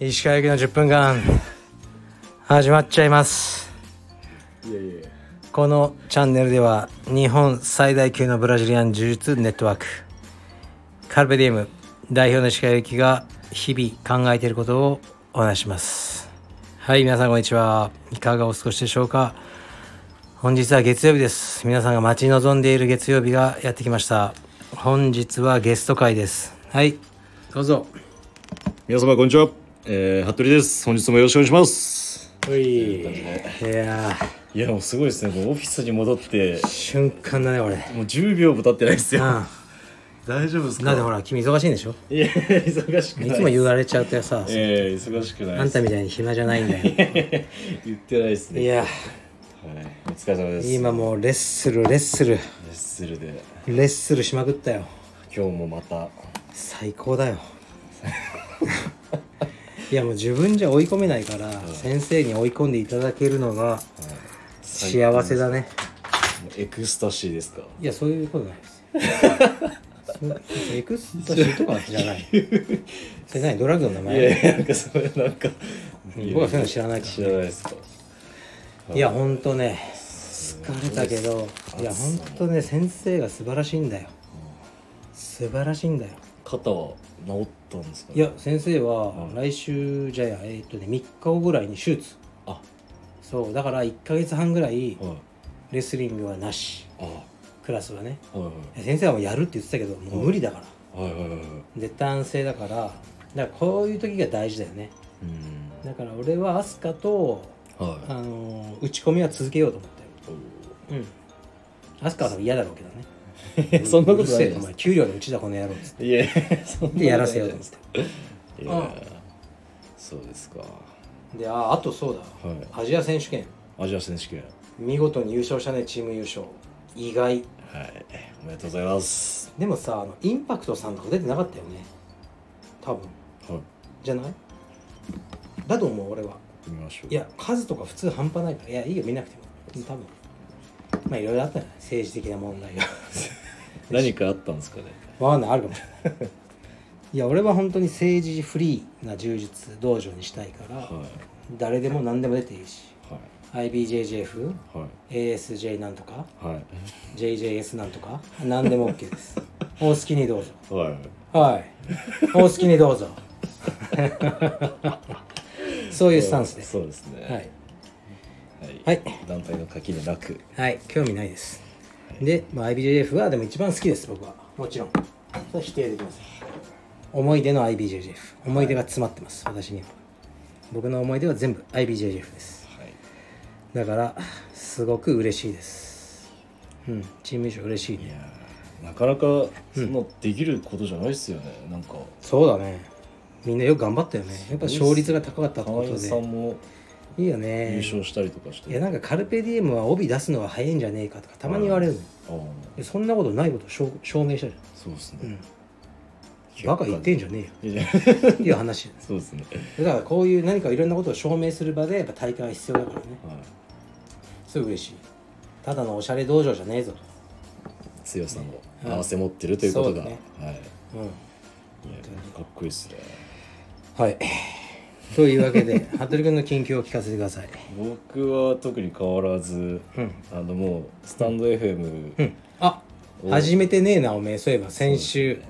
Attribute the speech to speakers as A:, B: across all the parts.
A: 石川行きの10分間始まっちゃいます
B: いやいや
A: このチャンネルでは日本最大級のブラジリアン柔術ネットワークカルベディエム代表の石川行きが日々考えていることをお話ししますはい皆さんこんにちはいかがお過ごしでしょうか本日は月曜日です皆さんが待ち望んでいる月曜日がやってきました本日はゲスト会ですはいどうぞ
B: 皆様こんにちは、えー、服部です本日もよろしくお願いします
A: いやー
B: いやもうすごいですねもうオフィスに戻って
A: 瞬間だねこれ
B: もう10秒も経ってないですよ
A: う
B: 大丈夫です
A: んだってほら君忙しいんでしょ
B: いや忙しくない
A: いつも言われちゃうとさ
B: えー、忙しくない
A: あんたみたいに暇じゃないんだよ
B: 言ってないですね
A: いや
B: はい、お疲れ様です
A: 今もうレッスルレッスル
B: レッスルで
A: レッスルしまくったよ
B: 今日もまた
A: 最高 だよいやもう自分じゃ追い込めないから先生に追い込んでいただけるのが幸せだね
B: もうエクスタシーですか
A: いやそういうことじゃないです そうエクスタシーとかじゃ ないそれ何ドラッグの名
B: いや
A: 前
B: いやなんかそれなんか
A: 僕はそういうの知らないから
B: 知らないですか
A: いやほんとね疲れたけどいやほんとね先生が素晴らしいんだよ素晴らしいんだよ
B: 肩は治ったんですか
A: いや先生は来週じゃやえーっとね3日後ぐらいに手術
B: あ
A: そうだから1ヶ月半ぐらい
B: はい
A: レスリングはなし
B: あ
A: クラスはね
B: はい
A: 先生はもうやるって言ってたけどもう無理だから
B: はいはいはいはい
A: 絶対安静だからだからこういう時が大事だよね
B: うん
A: だから俺は飛鳥とあ
B: は
A: のー打ち込みは続けようと思ってるうん飛鳥は多分嫌だろうけどね
B: い そんな
A: う
B: こ
A: る
B: と
A: せ
B: な
A: え
B: い
A: よ
B: で
A: お
B: す
A: 前給料のうちだこの野郎っつっ
B: いやそんなこと
A: て
B: ない
A: でやらせようと思って
B: いやそうですか
A: でああとそう
B: はい
A: だアジア選手権
B: アジア選手権
A: 見事に優勝したねチーム優勝意外
B: はいおめでとうございます
A: でもさあのインパクトさんとか出てなかったよね多分
B: はい
A: じゃないだと思う俺は
B: 行きましょう
A: いや数とか普通半端ないからいやいいよ見なくても多分まあいろいろあったね政治的な問題が
B: 何かあったんですかね
A: わかんないあるかもしれないいや俺は本当に政治フリーな柔術道場にしたいから、
B: はい
A: 誰でも何でも出ていいし
B: はい
A: IBJJF
B: はい
A: ASJ なんとか
B: はい
A: JJS なんとか何でも OK ですお好きにどうぞ
B: はい
A: はいお好きにどうぞ そういうスタンスです
B: そうですね
A: はい、
B: はい
A: は
B: 団体の垣根なく
A: はい、興味ないですで、まあ、IBJJF はでも一番好きです僕はもちろんそれは否定できません思い出の IBJJF 思い出が詰まってます、私には僕の思い出は全部 IBJJF です
B: はい
A: だからすごく嬉しいですうんチーム優勝嬉しい
B: い
A: ね
B: やーなかなかそんなできることじゃないですよね、なんか
A: そうだねみんなよく頑張ったよねやっぱ勝率が高かったってこ
B: 川
A: と
B: 井さん
A: で
B: も
A: いいよ
B: 優
A: ね
B: 勝したりとかし
A: い
B: て、
A: やなんかカルペディエムは帯出すのは早いんじゃねえかとかたまに言われるの、
B: ああ
A: いやそんなことないことを証証明したじ
B: そうですね、
A: ゃんバカ言ってんじゃね
B: いや
A: えよっていう話
B: そうですね、
A: だからこういう何かいろんなことを証明する場でやっぱ大会は必要だからね
B: はい、
A: すごい嬉しいただのおしゃれ道場じゃねえぞ
B: 強さを合わせ持ってるということ
A: そ
B: が、
A: う
B: はいいや
A: とうん
B: かっこいいですね
A: はいというわけで 服部君の近況を聞かせてください
B: 僕は特に変わらず、あのもうスタンド FM、
A: あ始めてねえなおめえそういえば先週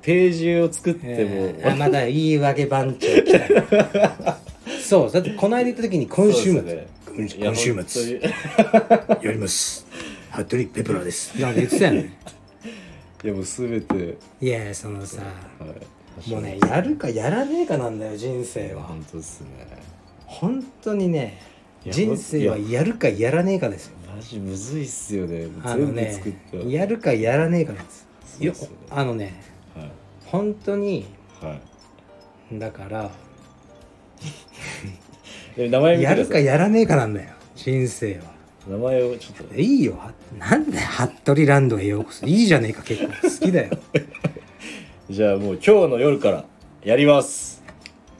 B: ページを作っても、
A: えーあまだ言い訳番長来たよ そうだってこの間行った時に今週
B: そうで
A: 末
B: すねいや本当に
A: やります服部ペプラですなんか言って たよね
B: いやもう全て、
A: いやいやそのさ
B: はい、
A: もうねやるかやらねえかなんだよ人生は
B: 本当ですね
A: 本当にね
B: いや
A: 人生はやるかやらねえかですよ
B: マジむずいっすよね
A: あの
B: 全部作っ
A: ね
B: た
A: やるかやらねえかなんです
B: そう
A: よ
B: ですよね
A: あのね
B: は
A: 本当に
B: いはい
A: だから
B: え名前見
A: や
B: てくだ
A: る
B: さ
A: か
B: い
A: やらねえかなんだよ人生は
B: 名前をちょっと
A: いいよはなんで服部ランドへようこそいいじゃねえか結構好きだ よ
B: じゃあもう今日の夜からやります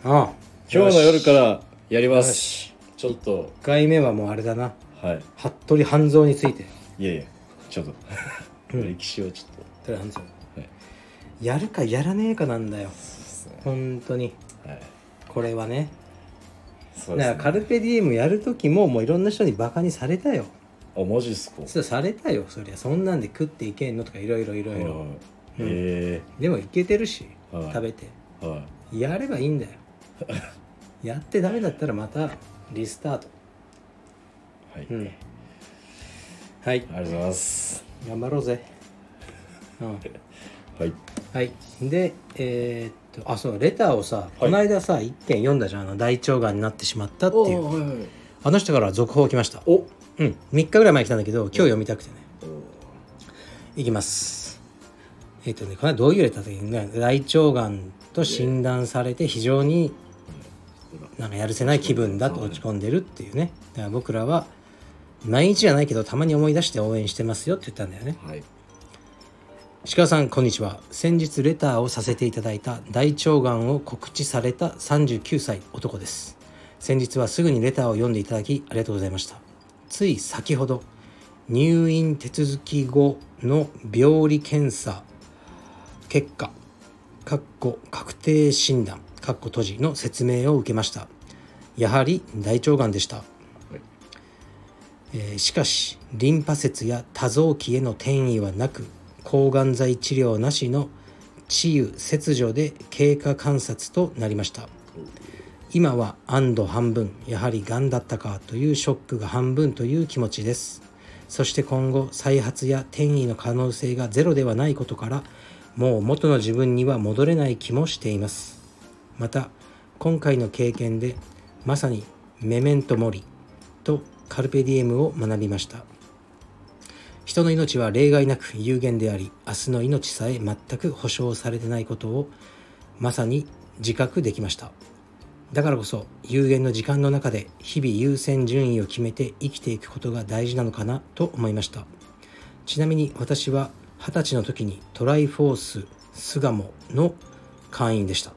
A: ああ
B: 今日の夜か
A: よし
B: らやりますちょっと
A: 一回目はもうあれだな
B: はい
A: 服部半蔵について
B: いやいやちょっと歴史をちょっ
A: 服部半蔵
B: とはい
A: やるかやらねえかなんだよ
B: そうっすね
A: 本当に
B: はい
A: これはね
B: そうで
A: だか
B: すね
A: らカルペディエムやる時ももういろんな人にバカにされたよ
B: あマジっすか
A: そうされたよそりゃそんなんで食っていけんのとかいろいろいろいろ
B: はいへ
A: でもいけてるし、
B: はい
A: 食べて
B: えはい
A: やればいいん だよやってダメだったらまたリスタート
B: はい、
A: うんはい
B: ありがとうございます
A: 頑張ろうぜうん
B: はい
A: はいでえーっとあそうレターをさ、この間さ一件読んだじゃんあの大腸がんになってしまったっていう
B: はいはい
A: あの人から続報来ました
B: お
A: うん3日ぐらい前に来たんだけど今日読みたくてねいきます。えっ、とね、これはどういうレターだったっけね大腸がんと診断されて非常になんかやるせない気分だと落ち込んでるっていうね。だから僕らは毎日じゃないけどたまに思い出して応援してますよって言ったんだよね。
B: はい
A: 鹿さんこんにちは先日レターをさせていただいた大腸がんを告知された39歳男です先日はすぐにレターを読んでいただきありがとうございましたつい先ほど入院手続き後の病理検査結果かっこ確定診断かっこ閉じの説明を受けましたやはり大腸がんでしたえーしかしリンパ節や多臓器への転移はなく抗がん剤治療なしの治癒切除で経過観察となりました今は安堵半分やはりがんだったかというショックが半分という気持ちですそして今後再発や転移の可能性がゼロではないことからもう元の自分には戻れない気もしていますまた今回の経験でまさにメメントモリとカルペディエムを学びました人の命は例外なく有限であり明日の命さえ全く保証されてないことをまさに自覚できましただからこそ有限の時間の中で日々優先順位を決めて生きていくことが大事なのかなと思いましたちなみに私は二十歳の時にトライフォース巣鴨の会員でした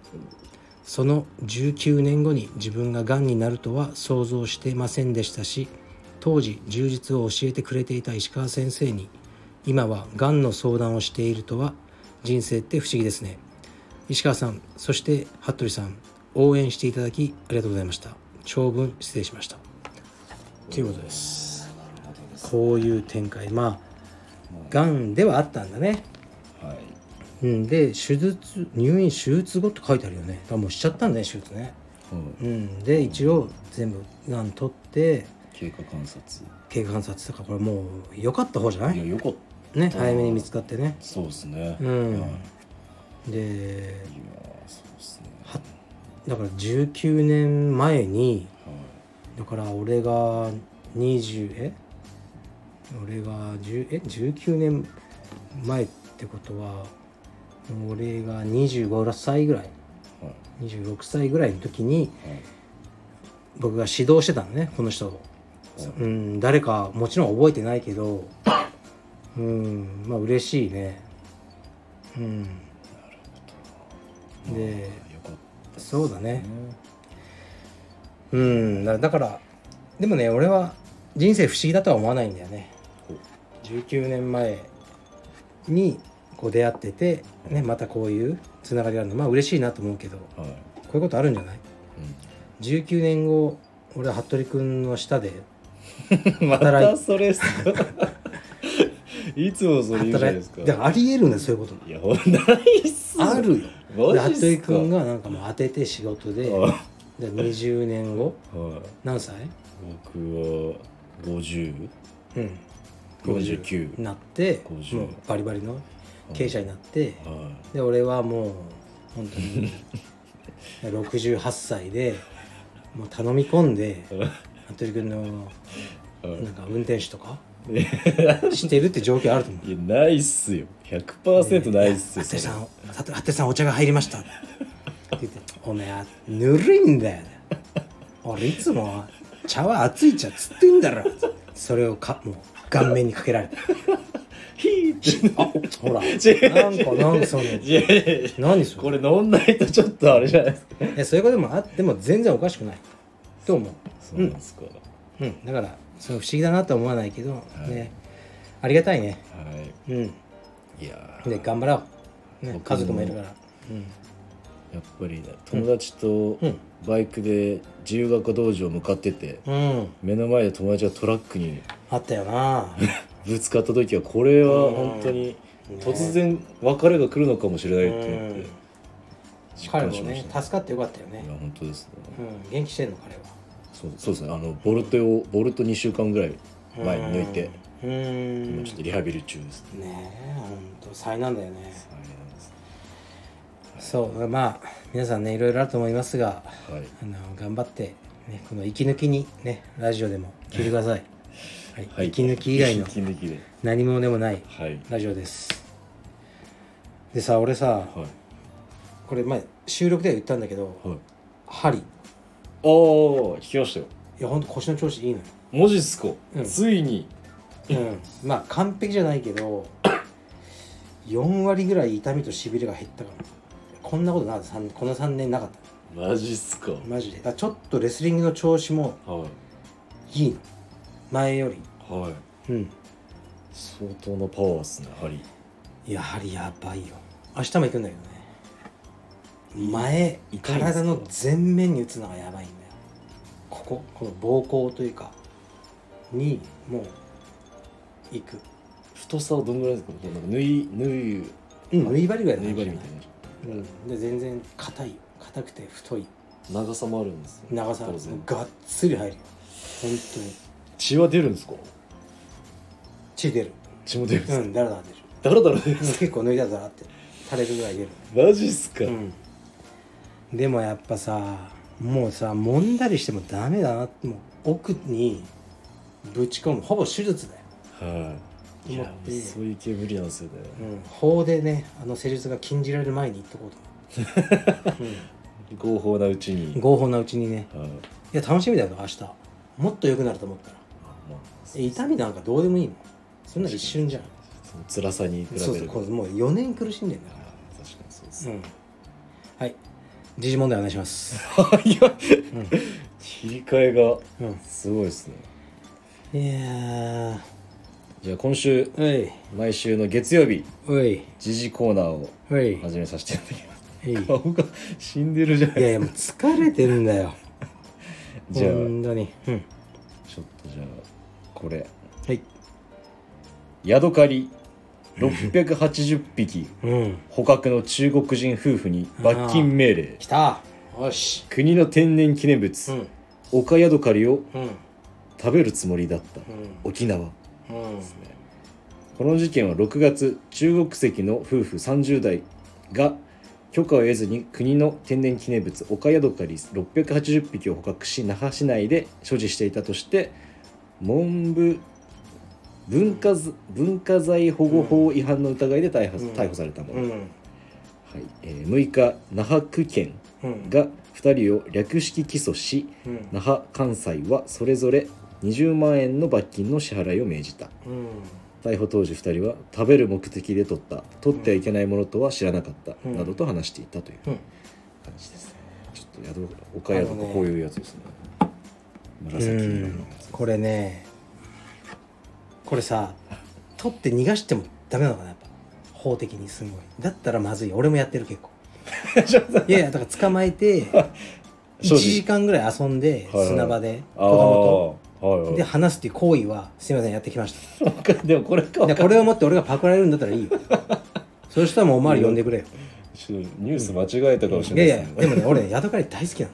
A: その19年後に自分ががんになるとは想像してませんでしたし当時充実を教えてくれていた石川先生に今はがんの相談をしているとは人生って不思議ですね石川さんそして服部さん応援していただきありがとうございました長文失礼しましたということですこういう展開まあがんではあったんだね
B: はい
A: うん、で手術入院手術後って書いてあるよねだからもうしちゃったんだね手術ね、
B: うん
A: うん、で一応全部がん取って
B: 経過観察
A: 経過観察とかこれもう良かった方じゃない
B: や
A: い
B: よかっ
A: ね早めに見つかってね
B: たそうですね
A: うん
B: はいいや
A: で
B: ーそうですね
A: はだから19年前に
B: はい
A: だから俺が20え俺が10え19年前ってことは俺が25歳ぐらい
B: はい
A: 26歳ぐらいの時に
B: はい
A: 僕が指導してたのねこの人を、うん、誰かもちろん覚えてないけどうんまあ嬉しいねうんで
B: よかった
A: そうだね
B: ね
A: うんだだからでもね俺は人生不思議だとは思わないんだよね19年前にこう出会ってて、ね、またこういうつながりがあるのまあ嬉しいなと思うけどこ
B: はい、
A: ういうことあるんじゃない19年後俺は服部君の下で
B: うん、ま
A: 働い
B: たそれっすかいつもそれ言うじゃな
A: 働
B: いで
A: い
B: す
A: だから
B: か
A: ありえるんだよそういうこと
B: いやほんないっす
A: あるよで
B: マジ
A: 服
B: っす
A: 部
B: か
A: 君がなんかもう当てて仕事で
B: はい
A: で20年後
B: はい
A: 何歳
B: 僕は50
A: うん
B: 59
A: なって
B: 50
A: もうバリバリの経営者になって
B: は
A: で俺はもう本当 に68歳でもう頼み込んで服部君のなんか運転手と か
B: い
A: してるって状況あると思う
B: いやないっすよ100%ないっすよ、
A: あて
B: そ
A: さ
B: れ
A: ん、あてあてさんお茶が入りました。って言って、おめえ、ぬるいんだよ、ね。俺いつも茶は熱い茶っつってんだろ。それをか、もう顔面にかけられた。
B: ヒーって
A: あ、ほら、
B: 違う
A: なんか、なんかその、
B: いやいやいや
A: 何そ
B: こ
A: れ。
B: れ飲んないとちょっとあれじゃないですか
A: いや、そういうこともあっても全然おかしくない。と思
B: そうなんですか、
A: う。うん、だから、その不思議だなとは思わないけど、ね。ありがたいね。
B: は
A: うん。
B: いいやー
A: で、頑張ろう。ね、
B: 僕も
A: 家族もいるから。うん。
B: いやっぱりね友達とバイクで自由学科道場向かってて、
A: うん
B: 目の前で友達がトラックに
A: あったよな
B: ぶつかった時はこれは本当に突然別れが来るのかもしれないと思っ
A: う
B: て
A: ん
B: 実
A: 彼
B: 感
A: も
B: しま
A: ね
B: したね
A: 助かってよかったよね
B: いや本当ですね
A: うん元気してんの彼は
B: そうそうですねあのボルトをボルト2週間ぐらい前に抜いて
A: うんうん
B: 今ちょっとリハビリ中ですね
A: ねえほんと災難だよね
B: 大変なんですね
A: そうまあ皆さんねいろいろあると思いますが
B: はい
A: あの頑張って、ね、この息抜きにねラジオでも聞いてください、はい
B: はい
A: 息抜き以外の
B: 息抜きで
A: 何もでもない
B: はいはい
A: ラジオですでさ俺さこれ前収録では言ったんだけど
B: はい
A: 針い
B: ああ聞きましたよ
A: やほんと腰の調子いいのよ
B: 文字っすか、
A: うん
B: ついに
A: うん、まあ完璧じゃないけど4割ぐらい痛みとしびれが減ったからこんなことなかった三この3年なかっ
B: マジっすか、
A: たマジでだからちょっとレスリングの調子も
B: はい
A: いの前より
B: はい
A: うん
B: 相当なパワーっすね針
A: やはりやばいよ明日も行くんだけどね前
B: 痛いんですか
A: 体の前面に打つのがやばいんだよこここの膀胱というかにもう行く
B: 太さはどんぐらいですかなんか縫い縫い
A: うん縫い針ぐらいだ
B: 縫い針みたい
A: ねうん、で全然硬いよ硬くて太い
B: な長さもあるんですよ
A: 長さ
B: 当然
A: がっつり入るよ本当に
B: 血は出るんですか
A: 血出る
B: 血も出るんです
A: う
B: か、
A: んだらだら 出る
B: だらだら出る
A: うん結構脱いだらだらって垂れるぐらい出る、
B: マジっすか、
A: うん、でもやっぱさもうさ揉んだりしてもダメだなってもう奥にぶち込むほぼ手術だよ、
B: はいいや
A: 思って
B: そういう系無理なんですよね、
A: うん、法でねあの施術が禁じられる前に行っとこうと、
B: 合法なうち
A: うん、
B: に、
A: 合法なうちにね
B: はい
A: いや楽しみだよ明日もっと良くなると思ったら
B: あまあそ
A: 痛みなんかどうでもいいのそんなの一瞬じゃん
B: その辛さに比べる
A: そうそうこれもう4年苦しんでんだか
B: あ確かにそうです、
A: ら、うん、はい時事問題お願いします、
B: いや切り替えが
A: うん、い
B: すごいですね
A: や
B: じゃあ今週
A: ーおい
B: 毎週の月曜日
A: おい
B: 時事コーナーを
A: おい
B: 始めさせていただきます
A: おい
B: 顔が死んでるじゃない
A: いやい
B: で
A: やもう疲れてるんだ よ
B: すかじゃあ
A: 本当にうん
B: ちょっとじゃあこれ
A: はい
B: ヤドカリ680匹
A: うん
B: 捕獲の中国人夫婦に罰金命令
A: 来たよし
B: 国の天然記念
A: う
B: 物
A: ん
B: オカヤドカリを
A: うん
B: 食べるつもりだった
A: う
B: 沖縄
A: んうん
B: この事件は6月中国籍の夫婦30代が許可を得ずに国の天然記念物オカヤドカリ680匹を捕獲し那覇市内で所持していたとして文部文化ず文化財保護法違反の疑いで逮捕,、
A: うん
B: 逮捕されたもの、
A: う
B: はい
A: ん
B: えー6日那覇区検
A: うん
B: が2人を略式起訴し
A: うん
B: 那覇関西はそれぞれ20万円の罰金の支払いを命じた。
A: うん
B: 逮捕当時2人は食べる目的で取った取ってはいけないものとは知らなかった、
A: うん
B: などと話していたという
A: うん
B: 感じですねちょっと宿岡宿
A: あのね
B: こういうやつですね
A: う
B: 紫色の
A: んこれねこれさ取って逃がしてもダメなのかなやっぱ法的にすごいだったらまずいよ俺もやってる 結構いやいやだから捕まえ て1
B: 所持
A: 時間ぐらい遊んで
B: はいはい
A: 砂場で
B: あ
A: 子供
B: あはいは
A: と
B: い
A: で話すっていう行為はすいませんやってきまし
B: わかんでもこれか
A: たでこれをもって俺がパクられるんだったらいいよそしたらもうおまわり呼んでくれよ
B: ちょっとニュース間違えたかもし
A: いや
B: れ
A: い
B: ない
A: や
B: ですね
A: でもね俺ね宿カリ大好きなの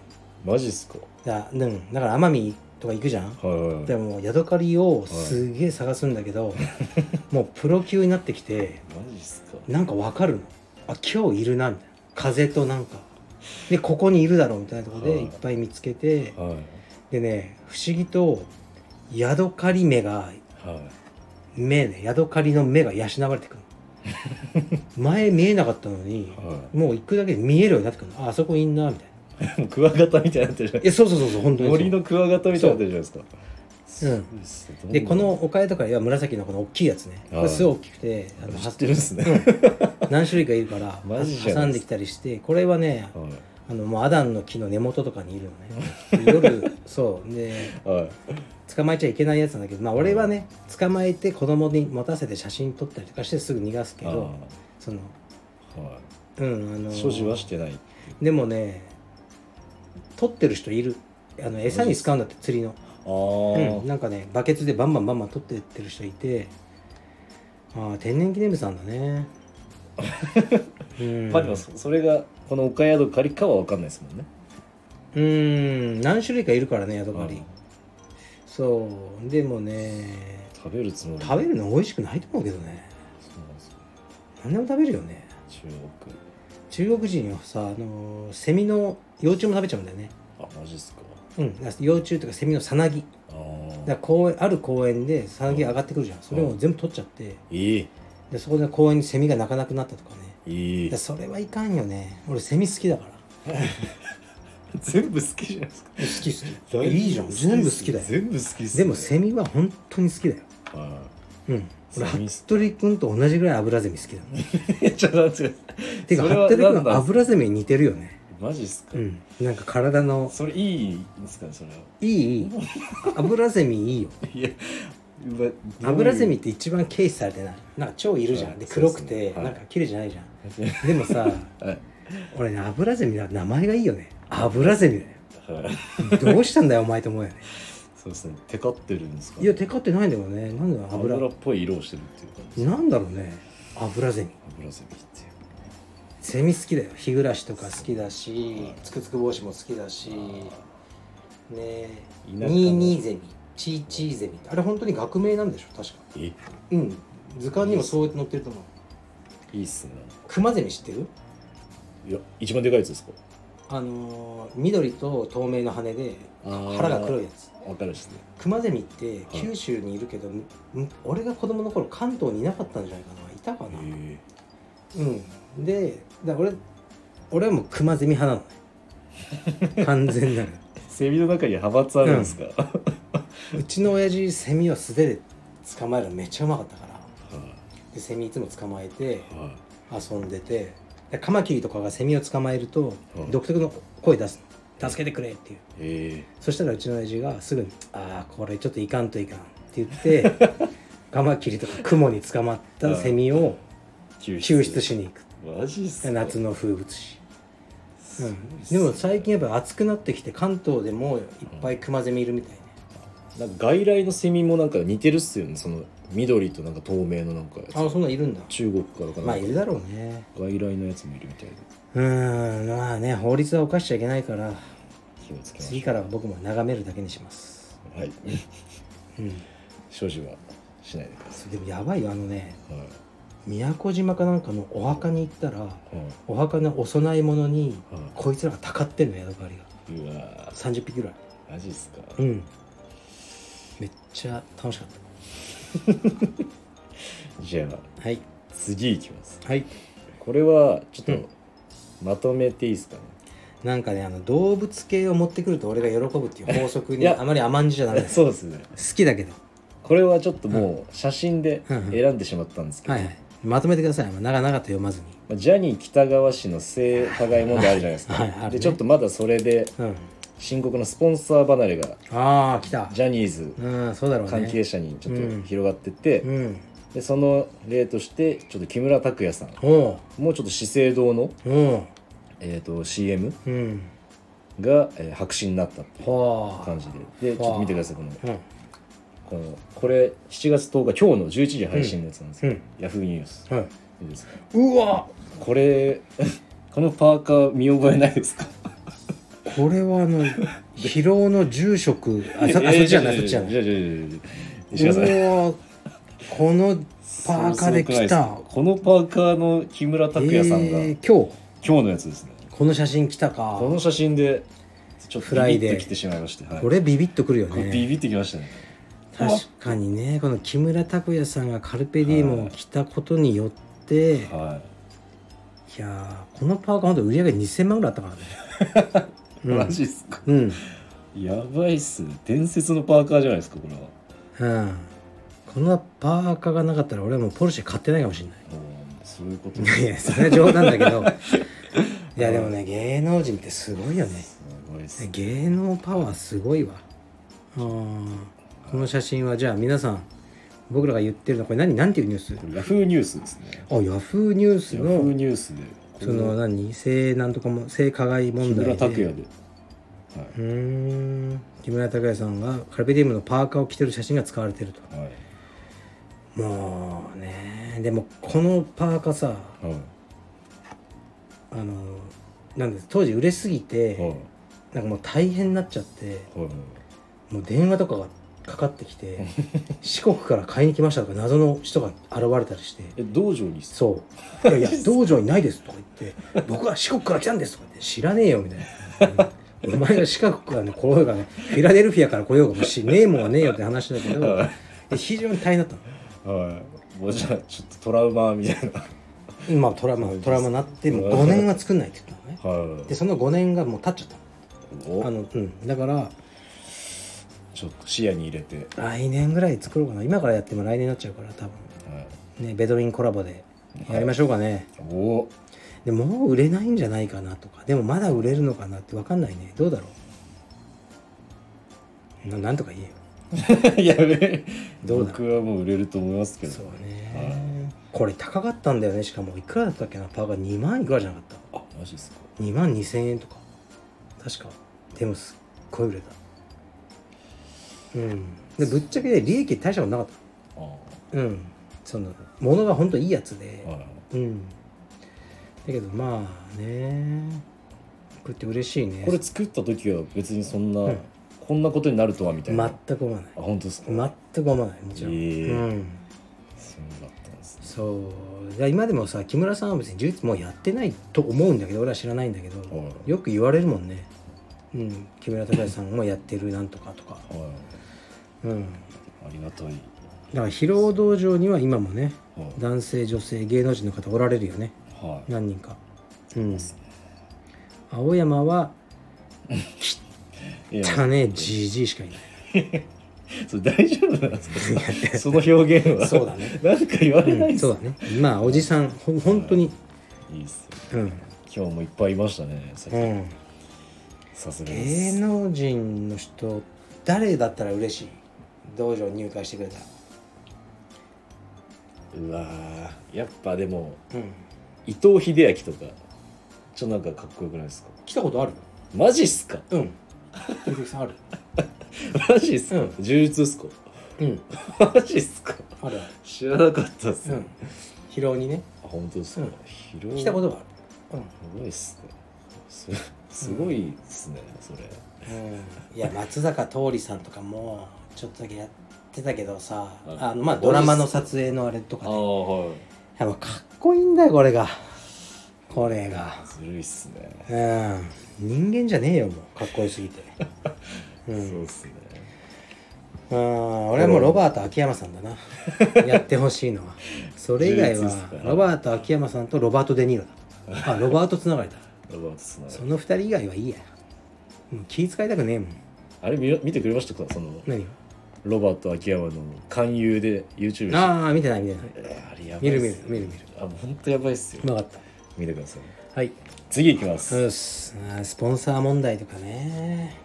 B: マジっすか
A: だからうんだから奄美とか行くじゃん
B: はいはい
A: で
B: はい
A: もヤドカリをすげえ探すんだけど、もうプロ級になってきて
B: マジっすか
A: なんかわかるのあ今日いるなみたいな風となんかでここにいるだろうみたいなところ
B: は
A: で
B: い
A: いっぱい見つけて
B: はい
A: でね不思議とヤドカリ目が
B: はい
A: 目ねヤドカリの目が養われてくる の前見えなかったのに
B: は
A: もう行くだけで見えるようになってくるのああそこいんなみたいない
B: もうクワガタみたいになってるじゃない
A: えそうそうそうそう本当にそう
B: 森のクワガタみたいになってるじゃないですか
A: そう
B: すごいっすね
A: で
B: ど
A: こ
B: んどん
A: のおかゆとかは紫のこの大きいやつねこれすごい大きくてあの
B: 知ってるんですね
A: 何種類かいるから
B: マジじゃない
A: 挟んできたりしてこれはね
B: はい
A: あのもうアダンの木の根元とかにいるのね夜 そうで
B: はい
A: 捕まえちゃいけないやつなんだけどまあ俺はね捕まえて子供に持たせて写真撮ったりとかしてすぐ逃がすけどその
B: ああは
A: うんあの
B: い所持はしてない
A: でもね取ってる人いるあの餌に使うんだって釣りの、
B: あー
A: うん、なんかねバケツでバンバンバンバン取ってってる人いてああ天然記念物なんだ ね、うん、
B: まあでもそそれがこの岡宿狩りかは分かんないですもんね
A: うん何種類かいるからねヤドカ
B: う
A: リ
B: ん
A: そうでもね
B: 食べるつもり
A: 食べるの美味しくないと思うけどね
B: そうなんですよ
A: 何でも食べるよね
B: 中国
A: 中国人はさあのセミの幼虫も食べちゃうんだよね
B: あマジっすか
A: うん幼虫とかセミのさなぎ
B: あー
A: だから公園ある公園でさなぎ上がってくるじゃんそれを全部取っちゃって
B: いい
A: でそこで公園にセミが鳴かなくなったとかね
B: いい
A: でそれはいかんよね俺セミ好きだから
B: 全部好きじゃないですか
A: 好き好きいいじゃん
B: 大好
A: 全部好きだよ
B: 全部好きっすね
A: でもセミは本当に好きだよ
B: は
A: うん俺
B: セミ
A: 服部君と同じぐらいアブラゼミ好きだもん
B: い ちょっと待って
A: てか
B: それは
A: 服部君
B: 何な
A: は
B: ん
A: アブラゼミに似てるよね
B: マジっすか、
A: うんなんか体の
B: それいいんですかねそれはい
A: いいいアブラゼミいいよ
B: いやうわ
A: アブラゼミって一番軽視されてないなんか超いるじゃ
B: は
A: ん
B: い
A: で黒く
B: そうで
A: て
B: すね
A: なんか綺麗じゃないじゃん
B: どう いう
A: でもさ
B: はい
A: 俺ねアブラゼミだ名前がいいよねアブラゼミだ
B: はい
A: よどうしたんだよお前と思うよね
B: そうですねテカってるんですかね、
A: いやテカってないんだよねなんだろう
B: 油
A: 油
B: っぽい色をしてるっていう感じです
A: なんだろうねアブラゼミ
B: 油ゼミって
A: セミ好きだよ日暮らしとか好きだしつくつく帽子も好きだし
B: いう
A: ねえ
B: 田舎の
A: ニーニーゼミチーチーゼミあれ本当に学名なんでしょ確か
B: え
A: うん図鑑にもそう載ってると思う
B: いいっすね
A: クマゼミ知ってる
B: いや一番でかいやつですか
A: あのー緑と透明の羽で腹が黒いやつ
B: わかるっすね
A: クマゼミって九州にいるけど、む俺が子供の頃関東にいなかったんじゃないかないたかな、
B: え
A: うんでだから俺俺はもうクマゼミ派な のね完全なる
B: えセミの中に派閥あるんですか、は
A: うちの親父セミを素手で捕まえるのめっちゃうまかったからでセミいつも捕まえて
B: いはい
A: 遊んでてでカマキリとかがセミを捕まえると
B: うん
A: 独特の声出すの助けてくれっていう
B: え
A: そしたらうちの親父がすぐに「ああこれちょっといかんといかん」って言 ってカマキリとかクモに捕まったセミを
B: え救
A: 救出しに行く
B: マジっすか
A: 夏の風物詩、う
B: すごいっ
A: ん、
B: す
A: で
B: ね
A: も最近やっぱ暑くなってきて関東でもいっぱいクマゼミいるみたいね
B: なんか外来のセミもなんか似てるっすよねその緑となんか透明のなんかやつ
A: あそんなんいるんだ
B: 中国からかな
A: まあいるだろうね
B: 外来のやつもいるみたいで
A: うーんまあね法律は犯しちゃいけないから
B: 気をつけましょう
A: 次からは僕も眺めるだけにします
B: はい
A: うん
B: 所持はしないでくださ
A: それでもやばいよあのね
B: いはい
A: 宮古島かなんかのお墓に行ったら
B: はい
A: お墓のお供え物に
B: は
A: こいつらがたかってんのヤドカリが
B: い、うわー
A: 30匹ぐらい
B: マジっすか、
A: うんめっちゃ楽しかった
B: じゃあ
A: はい
B: 次いきます
A: はい
B: これはちょっ
A: う
B: と
A: ん
B: まとめていいですかね、
A: なんかねあの動物系を持ってくると俺が喜ぶっていう法則
B: い
A: に
B: や
A: あまり甘んじちゃ ダメです
B: そうですね
A: 好きだけど
B: これはちょっともう写真で選んでしまったんですけど、
A: はいはいまとめてください長々と読まずに
B: まあジャニー喜多川氏の性加害問題あるじゃないですか、
A: はいはいあるね
B: でちょっとまだそれで
A: うん
B: 深刻なスポンサー離れが
A: ああ来た
B: ジャニーズ
A: うんそうだろうね
B: 関係者にちょっと
A: うん
B: 広がってて、
A: うん
B: でその例としてちょっと木村拓哉さん
A: お
B: もうちょっと資生堂の、
A: うお
B: えー、と CM
A: ううん
B: が、えー白紙になったっていう
A: はあ
B: 感じででちょっと見てくださいこの
A: うん
B: このこれ7月10日今日の11時配信のやつなんですけど、
A: うん
B: Yahoo ニュース
A: はい
B: です
A: うわ
B: これこのパーカー見覚えないですか
A: これはあ の疲労の住職あそあそっちじゃないそっちじゃない
B: じゃじゃじゃ石川さん
A: おおこのパーカーで来た
B: このパーカーの木村拓哉さんが、
A: えー今日
B: 今日のやつですね
A: この写真来たか
B: この写真でちょっと
A: フライ
B: ビ
A: デ
B: ビ
A: ー
B: ッと来てしまいまして、はい
A: これビビッとくるよ
B: これビ
A: ね
B: ビってきましたね
A: 確かにねこの木村拓哉さんがカルペディエムを着たことによって、い、
B: は
A: やーこのパーカーほんと売り上げ2000万ぐらいあったからね
B: い、
A: うん
B: マジっすか
A: うん
B: やばいっすね伝説のパーカーじゃないですかこれは
A: うんこのパーカーがなかったら俺はもうポルシェ買ってないかもしれない
B: おーそういうこと
A: い
B: です
A: やいやそれは冗談だけ どいやでもね芸能人ってすごいよね
B: すごいっすね
A: 芸能パワーすごいわあーこの写真はじゃあ皆さん僕らが言ってるのはこれ何何ていうニュース
B: これヤフーニュースですね
A: あヤフーニュース
B: ヤフー
A: の
B: ニュースでこ
A: その何性なんとかも性加害
B: 木
A: 問題
B: 村
A: で
B: 拓哉で、は
A: うーん木村拓哉さんがカルペディウムのパーカーを着てる写真が使われてると
B: いはい
A: もうねでもこのパーカーさ
B: はい
A: あのなんです当時売れすぎて、
B: はい
A: なんかもう大変になっちゃって
B: はい
A: もう電話とかがかかってき て四国から買いに来ましたとか謎の人が現れたりして
B: え道場にっす
A: そう「いやいや道場にないです」とか言って「僕は四国から来たんです」とか言って「知らねえよ」みたいな。お前が四国からね来ようがねフィラデルフィアから来ようがもうしねえもんはねえよって話だけど
B: は
A: で非常に大変だった
B: いはいもうじゃあちょっとトラウマみたいな
A: のまあトラウマトラウマになってもう5年は作んないって言ったのね
B: は
A: でその5年がもう経っちゃった
B: い
A: のあ
B: お
A: の、うん、だから
B: ちょっと視野に入れて
A: 来年ぐらい作ろうかな今からやっても来年になっちゃうから多分
B: はい
A: ね、ベドウィンコラボでやりましょうかね、
B: お
A: でもう売れないんじゃないかなとかでもまだ売れるのかなって分かんないねどうだろうななんとか言えよ
B: いやべ
A: どうだ
B: 僕はもう売れると思いますけ
A: そう
B: ど
A: ねこれ高かったんだよねしかもいくらだったっけなパーが2万いくらじゃなかっ
B: あマジですか
A: た2万2千円とか確かでもすっごい売れたうんでぶっちゃけね利益大したことなかっ
B: ああは
A: たうんその物が本当いいやつで、
B: いは
A: う
B: い
A: ん。だけどまあね、食って嬉しいね。
B: これ作った時は別にそんな、
A: うん
B: こんなことになるとはみたいな、あ
A: 全く思わない。
B: 本当ですか、
A: 全く思わないもちろん。
B: え
A: う
B: え
A: ん。
B: そうだったんですね
A: そう。だ今でもさ木村さんは別に呪術もうやってないと思うんだけど俺は知らないんだけど、
B: は
A: よく言われるもんね。うん、木村拓哉さんもやってるなんとかとか、
B: い、はい、
A: うん、
B: ありがたい、はい、
A: だから疲労道場には今もね男性女性芸能人の方おられるよね
B: はい
A: 何人か、うん
B: す、
A: 青山は
B: いや
A: 汚ねじじいしかいない
B: それ大丈夫なんです かその表現は
A: そうだね
B: なんか言われない
A: うん
B: です、
A: そうだねまあおじさんほ本当に
B: いいっすよ
A: うん、
B: 今日もいっぱいいましたねさっき
A: うん、
B: さすがで
A: 芸
B: す
A: 能人の人誰だったら嬉しい道場に入会してくれた
B: うわーやっぱでも
A: うん
B: 伊藤英明とかちょっとなんかかっこよくないですか
A: 来たことある
B: マジっすか
A: うん鈴木さんある
B: マジっすか、
A: うん
B: 柔術っすか
A: うん
B: マジっすか
A: ある
B: 知らなかったっす、
A: うん疲労にね
B: あ本当ですか、
A: うん
B: 広い
A: 来たことがある
B: すごいっすねすすごいっすね、それ
A: うん、うん、いや松坂桃李さんとかもちょっとだけやってたけどさ
B: はい
A: あのまあドラマの撮影のあれとか
B: あ
A: ね
B: あはい
A: やっぱかっこいいんだよこれがこれが
B: ずるいっすね、
A: うん人間じゃねえよもうかっこよすぎ てう
B: そうっ
A: ん
B: すね
A: うん俺はもうロバート秋山さんだな やってほしいのはそれ以外
B: 充実っす
A: は
B: から
A: ロバート秋山さんとロバート・デ・ニーロ だあロバートつながりだ
B: ロバートスナイ
A: その二人以外はいいやもう気遣いたくねえもん
B: あれ見ろ見てくれましたかその
A: 何
B: ロバート秋山の勧誘で YouTube して
A: ああ見てない見てない
B: えーあれやばいっすね
A: 見る見る見る見る
B: あもうほんとやばいっすよ
A: うまかった
B: 見てください
A: はい
B: 次いきます、
A: そうっすあースポンサー問題とかね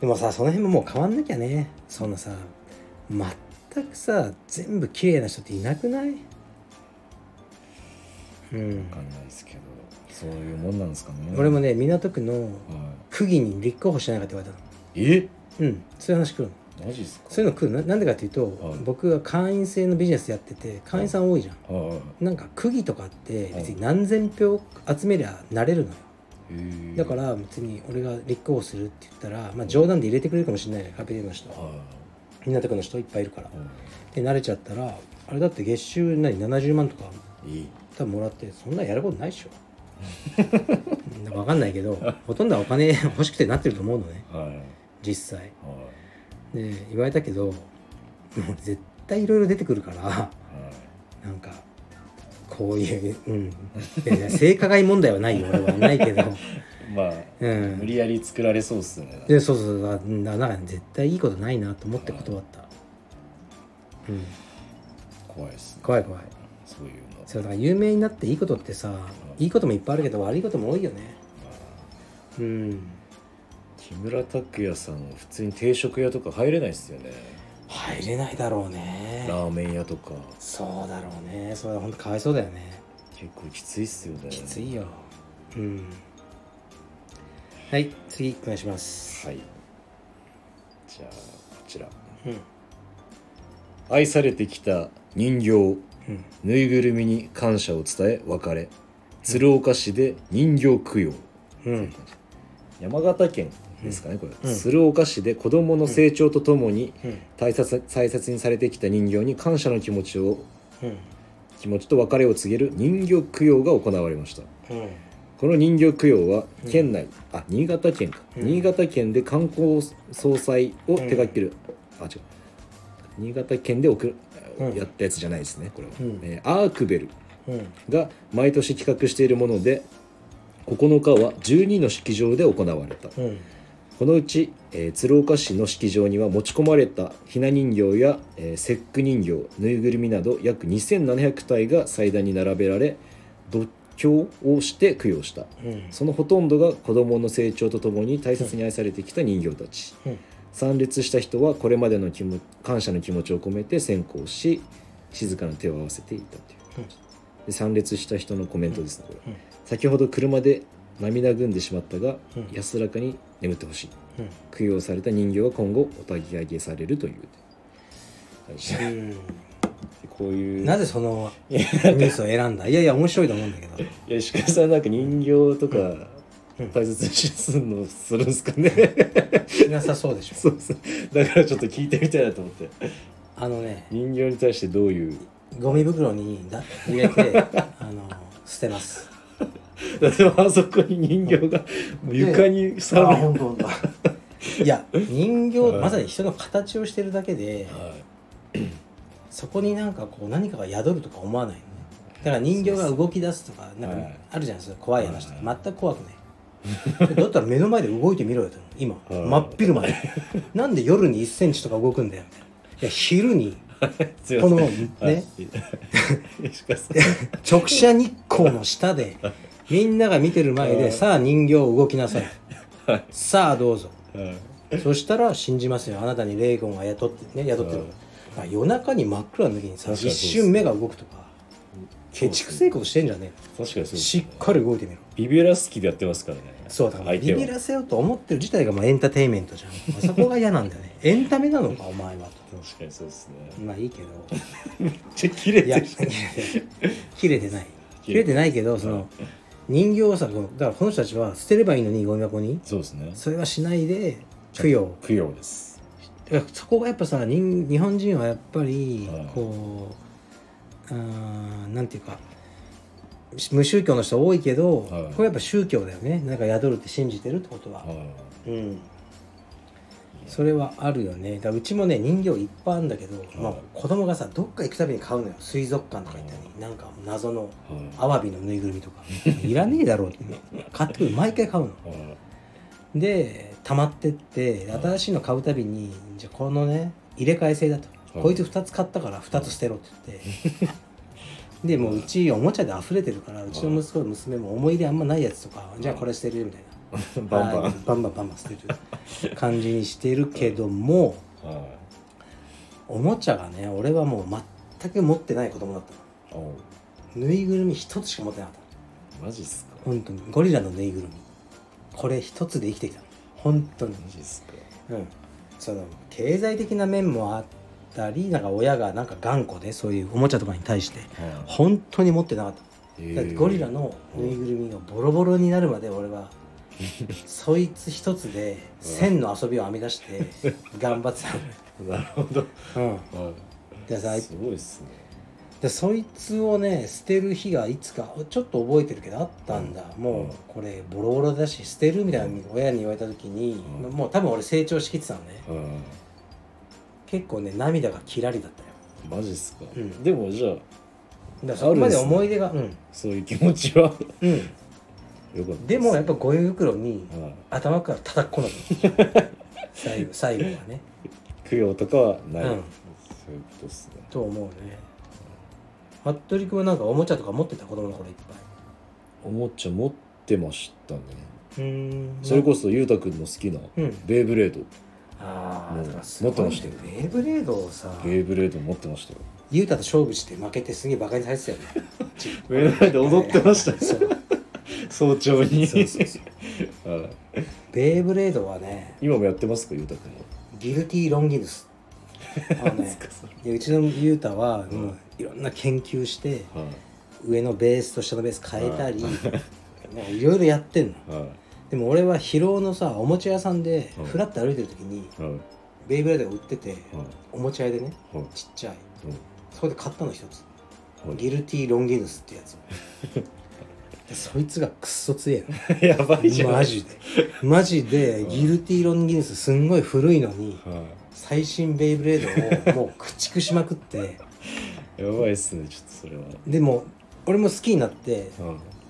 A: でもさその辺ももう変わんなきゃねそんなさ全くさ全部綺麗な人っていなくないうん
B: わかんないですけどそういうもんなんですかね
A: 俺も
B: ね、
A: ね港区の
B: は
A: 区議に立候補しないかって言われた
B: い、え
A: のうんそういう話来るの
B: マジっすか
A: そういうの来るななんでかっていうと、
B: はい
A: 僕は会員制のビジネスやってて会員さん多いじゃん、
B: はい
A: なんか区議とかって別に何千票集めりゃなれるのよ
B: へー
A: だから別に俺が立候補するって言ったら、まあ、冗談で入れてくれるかもしれないねカペリの人
B: は
A: 港区の人いっぱいいるから
B: いは
A: で慣れちゃったらあれだって月収何70万とか
B: いいい
A: 多分もらってそんなんやることない っしょうん分かんないけどほとんどはお金欲しくてなってると思うのね
B: はいはい
A: 実際で言われたけどもう絶対いろいろ出てくるから
B: はい
A: なんかこういううんいやいや性加害問題はないよ俺はないけど
B: まあ、
A: うん
B: 無理やり作られそうっすね。
A: でそうそうそううんだから絶対いいことないなと思って断った、うん、
B: 怖いっすね。
A: 怖い怖い
B: そういうの。
A: そうだから有名になっていいことってさいいこともいっぱいあるけど悪いことも多いよねうん
B: 木村拓哉さんは普通に定食屋とか入れないっすよね。
A: 入れないだろうね
B: ラーメン屋とか。
A: そうだろうねそれは本当かわいそうだよね
B: いや結構きついっすよね
A: きついようんはい次お願いします、
B: はいじゃあこちら
A: うん
B: 愛されてきた人形
A: うん
B: ぬいぐるみに感謝を伝え別れ鶴岡市で人形供養、
A: うん
B: 山形県ですかねこれ、
A: うん
B: 鶴岡市で子どもの成長とともに
A: うん
B: 大切大切にされてきた人形に感謝の気持ちを
A: うん
B: 気持ちと別れを告げる人形供養が行われました
A: うん
B: この人形供養は県内、あ新潟県か、
A: うん
B: 新潟県で観光総裁を手掛ける、あ違う新潟県で送る、
A: うん
B: やったやつじゃないですねこれは、
A: うん
B: えーアークベル
A: うん
B: が毎年企画しているもので9日は12の式場で行われた
A: うん
B: このうち、えー鶴岡市の式場には持ち込まれたひな人形や、えー節句人形ぬいぐるみなど約2700体が祭壇に並べられ読経をして供養した
A: うん
B: そのほとんどが子どもの成長とともに大切に愛されてきた人形たち、
A: うん
B: 参列した人はこれまでの気も感謝の気持ちを込めて先行し静かな手を合わせていたという感じ、で参列した人のコメントですねこれ、
A: うん
B: 先ほど車で涙ぐんでしまったが、
A: うん
B: 安らかに眠ってほしい
A: うん
B: 供養された人形は今後お焚き上げされるという感じでこういう
A: なぜそのニュースを選んだいやいや面白いと思うんだけど
B: いや石川さんなんか人形とか
A: うん
B: 大切にするのするんですかね、
A: しなさそうでしょ
B: そうそうだからちょっと聞いてみたいなと思って
A: あのね
B: 人形に対してどういう
A: ゴミ袋にだ入れてあの捨てます
B: だってあそこに人形が床にさらに、
A: 本当だいや人
B: は
A: 形
B: い
A: まさに人の形をしてるだけでそこになんかこう何かが宿るとか思わないのねだから人形が動き出すとかなん
B: は
A: か
B: い
A: あるじゃないですか怖い話と
B: は
A: か全く怖くないだったら目の前で動いてみろよと今
B: はい
A: 真っ昼 間でなんで夜に1センチとか動くんだよみたいないや昼に
B: すいま
A: こ
B: せん
A: の
B: はい
A: ね
B: 石川さん
A: 直射日光の下 でみんなが見てる前
B: は
A: で
B: い
A: さあ人形を動きなさい
B: はい
A: さあどうぞ
B: はい
A: そしたら信じますよあなたに霊魂が雇ってね雇ってる
B: うん、
A: まあ、夜中に真っ暗の時にさ
B: 確か
A: 一
B: に
A: 瞬目が動くとかケチくせえことしてんじゃね
B: 確かに
A: え
B: そうです
A: し
B: ね
A: っかり動いてみろ
B: ビビらす気でやってますからね
A: そうだから
B: 相
A: ビ
B: 手は
A: ビらせようと思ってる自体がまあエンターテインメントじゃん、まあそこが嫌なんだよ ねエンタメなのかお前は
B: 確かにそうですね
A: とまあいいけ ど
B: じゃあ切れ
A: いや
B: て
A: 切れてない切れてないけどその人形をさこうだからこの人たちは捨てればいいのにゴミ箱に
B: そうですね
A: それはしないで供養
B: 供養です
A: だからそこがやっぱさ人日本人はやっぱり
B: はい
A: こう、うーんなんていうかし無宗教の人多いけど、
B: はい
A: これやっぱ宗教だよねなんか宿るって信じてるってことは、
B: はい
A: うんそれはあるよねだからうちもね人形いっぱいあるんだけど、まあ、子供がさどっか行くたびに買うのよ水族館とか行ったり、なんか謎のアワビのぬいぐるみとかいらねえだろうって買ってくる毎回買うの。
B: はい
A: で溜まってって新しいの買うたびにじゃあこのね入れ替え制だと、
B: はい
A: こいつ2つ買ったから2つ捨てろって言って、でもううちおもちゃで溢れてるからうちの息子と娘も思い入れあんまないやつとか、じゃあこれ捨てるよみたいな
B: バンバン
A: あーバンバンバンバン捨てる感じにしてるけども
B: は
A: おもちゃがね俺はもう全く持ってない子供だった
B: いおう
A: のぬいぐるみ1つしか持ってなかった
B: マジっすか
A: 本当にゴリラのぬいぐるみこれ1つで生きてきた本当に
B: マジっすか
A: うん、その経済的な面もあったりなんか親がなんか頑固でそういうおもちゃとかに対して
B: は
A: 本当に持ってなかった、
B: い
A: だってゴリラのぬいぐるみがボロボロになるまで俺はそいつ一つで線の遊びを編み出して頑張って
B: なるほど
A: たの、うんでさ
B: すごいっすね
A: でそいつをね捨てる日がいつかちょっと覚えてるけどあったんだ、
B: うん
A: もうこれボロボロだし捨てるみたいな親に言われた時に、
B: うん
A: もう多分俺成長しきってたのね、
B: は
A: 結構ね涙がキラリだったよ
B: いマジっすか
A: うん
B: でもじゃあ
A: だからそこまで
B: あるんですね
A: 思い出が、うん、
B: そういう気持ちは
A: う
B: よかった
A: ん、でもやっぱゴミ袋に
B: ぱは
A: 頭から叩き込んだの最 後最後はね
B: い供養とかはない
A: うん
B: そういうことっすね
A: と思うね服部君はなんかおもちゃとか持ってた子供の頃いっぱい
B: おもちゃ持ってましたね
A: うーん
B: それこそゆうたくんの好きな
A: うん
B: ベイブレード
A: ああ
B: もう
A: だからすごいね
B: 持ってましたよ
A: ベイブレードをさ
B: ベイブレード持ってましたよ
A: 雄太と勝負して負けてすげえバカにされてた よね
B: 目の前で踊ってましたね
A: そう
B: 早朝に
A: そうそうそう
B: はい
A: ベイブレードはね
B: 今もやってますかゆうたくんは
A: ギルティ・ロンギヌス あのねでうちの雄太はもういろんな研究して、
B: はい
A: 上のベースと下のベース変えたり、 ねいろいろやってんの
B: はい
A: でも俺は広尾のさおもちゃ屋さんで
B: うん
A: ふらっと歩いてる時に
B: はいはい
A: ベイブレードが売ってて
B: はい
A: おもちゃ屋でね
B: はい
A: ちっちゃいそこで買ったの一つ
B: はい
A: ギルティ・ロンギヌスって やつでそいつがくっそ強え
B: やばいじゃ
A: の
B: ん
A: マジでマジで
B: ん
A: ギルティ・ロンギヌスすんごい古いのに
B: は
A: 最新ベイブレードをもう駆逐しまくって
B: いやばいっすねちょっとそれは
A: でも俺も好きになって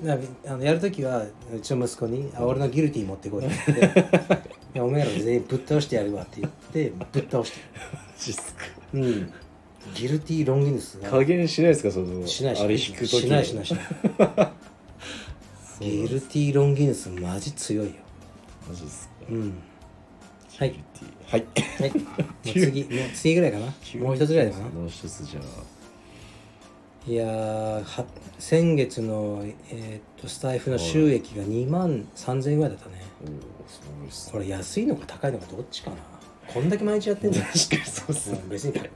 B: うん
A: なあのやるときはうちの息子に「あ俺のギルティー持ってこい」って言って 「いやお前ら全員ぶっ倒してやるわ」って言ってぶっ倒して
B: マジっすか
A: うんギルティーロンギヌスが
B: 加減しないですかその
A: しないし
B: あ
A: な
B: れ
A: い
B: 引く時
A: しないしないしない
B: そうなん
A: ギ
B: です
A: ルティーロンギヌスマジ強いよ
B: マジっすか
A: うん はい
B: GT はい
A: はいもう次もう次ぐらいかな もう一つぐらいかな
B: もう一つじゃ
A: いやーは先月の、えーっとスタイフの収益が2万3000円ぐらいだったね
B: おおすごいっす
A: これ安いのか高いのかどっちかなこんだけ毎日やってんだよ
B: 確かにそうっすね
A: うん別になんか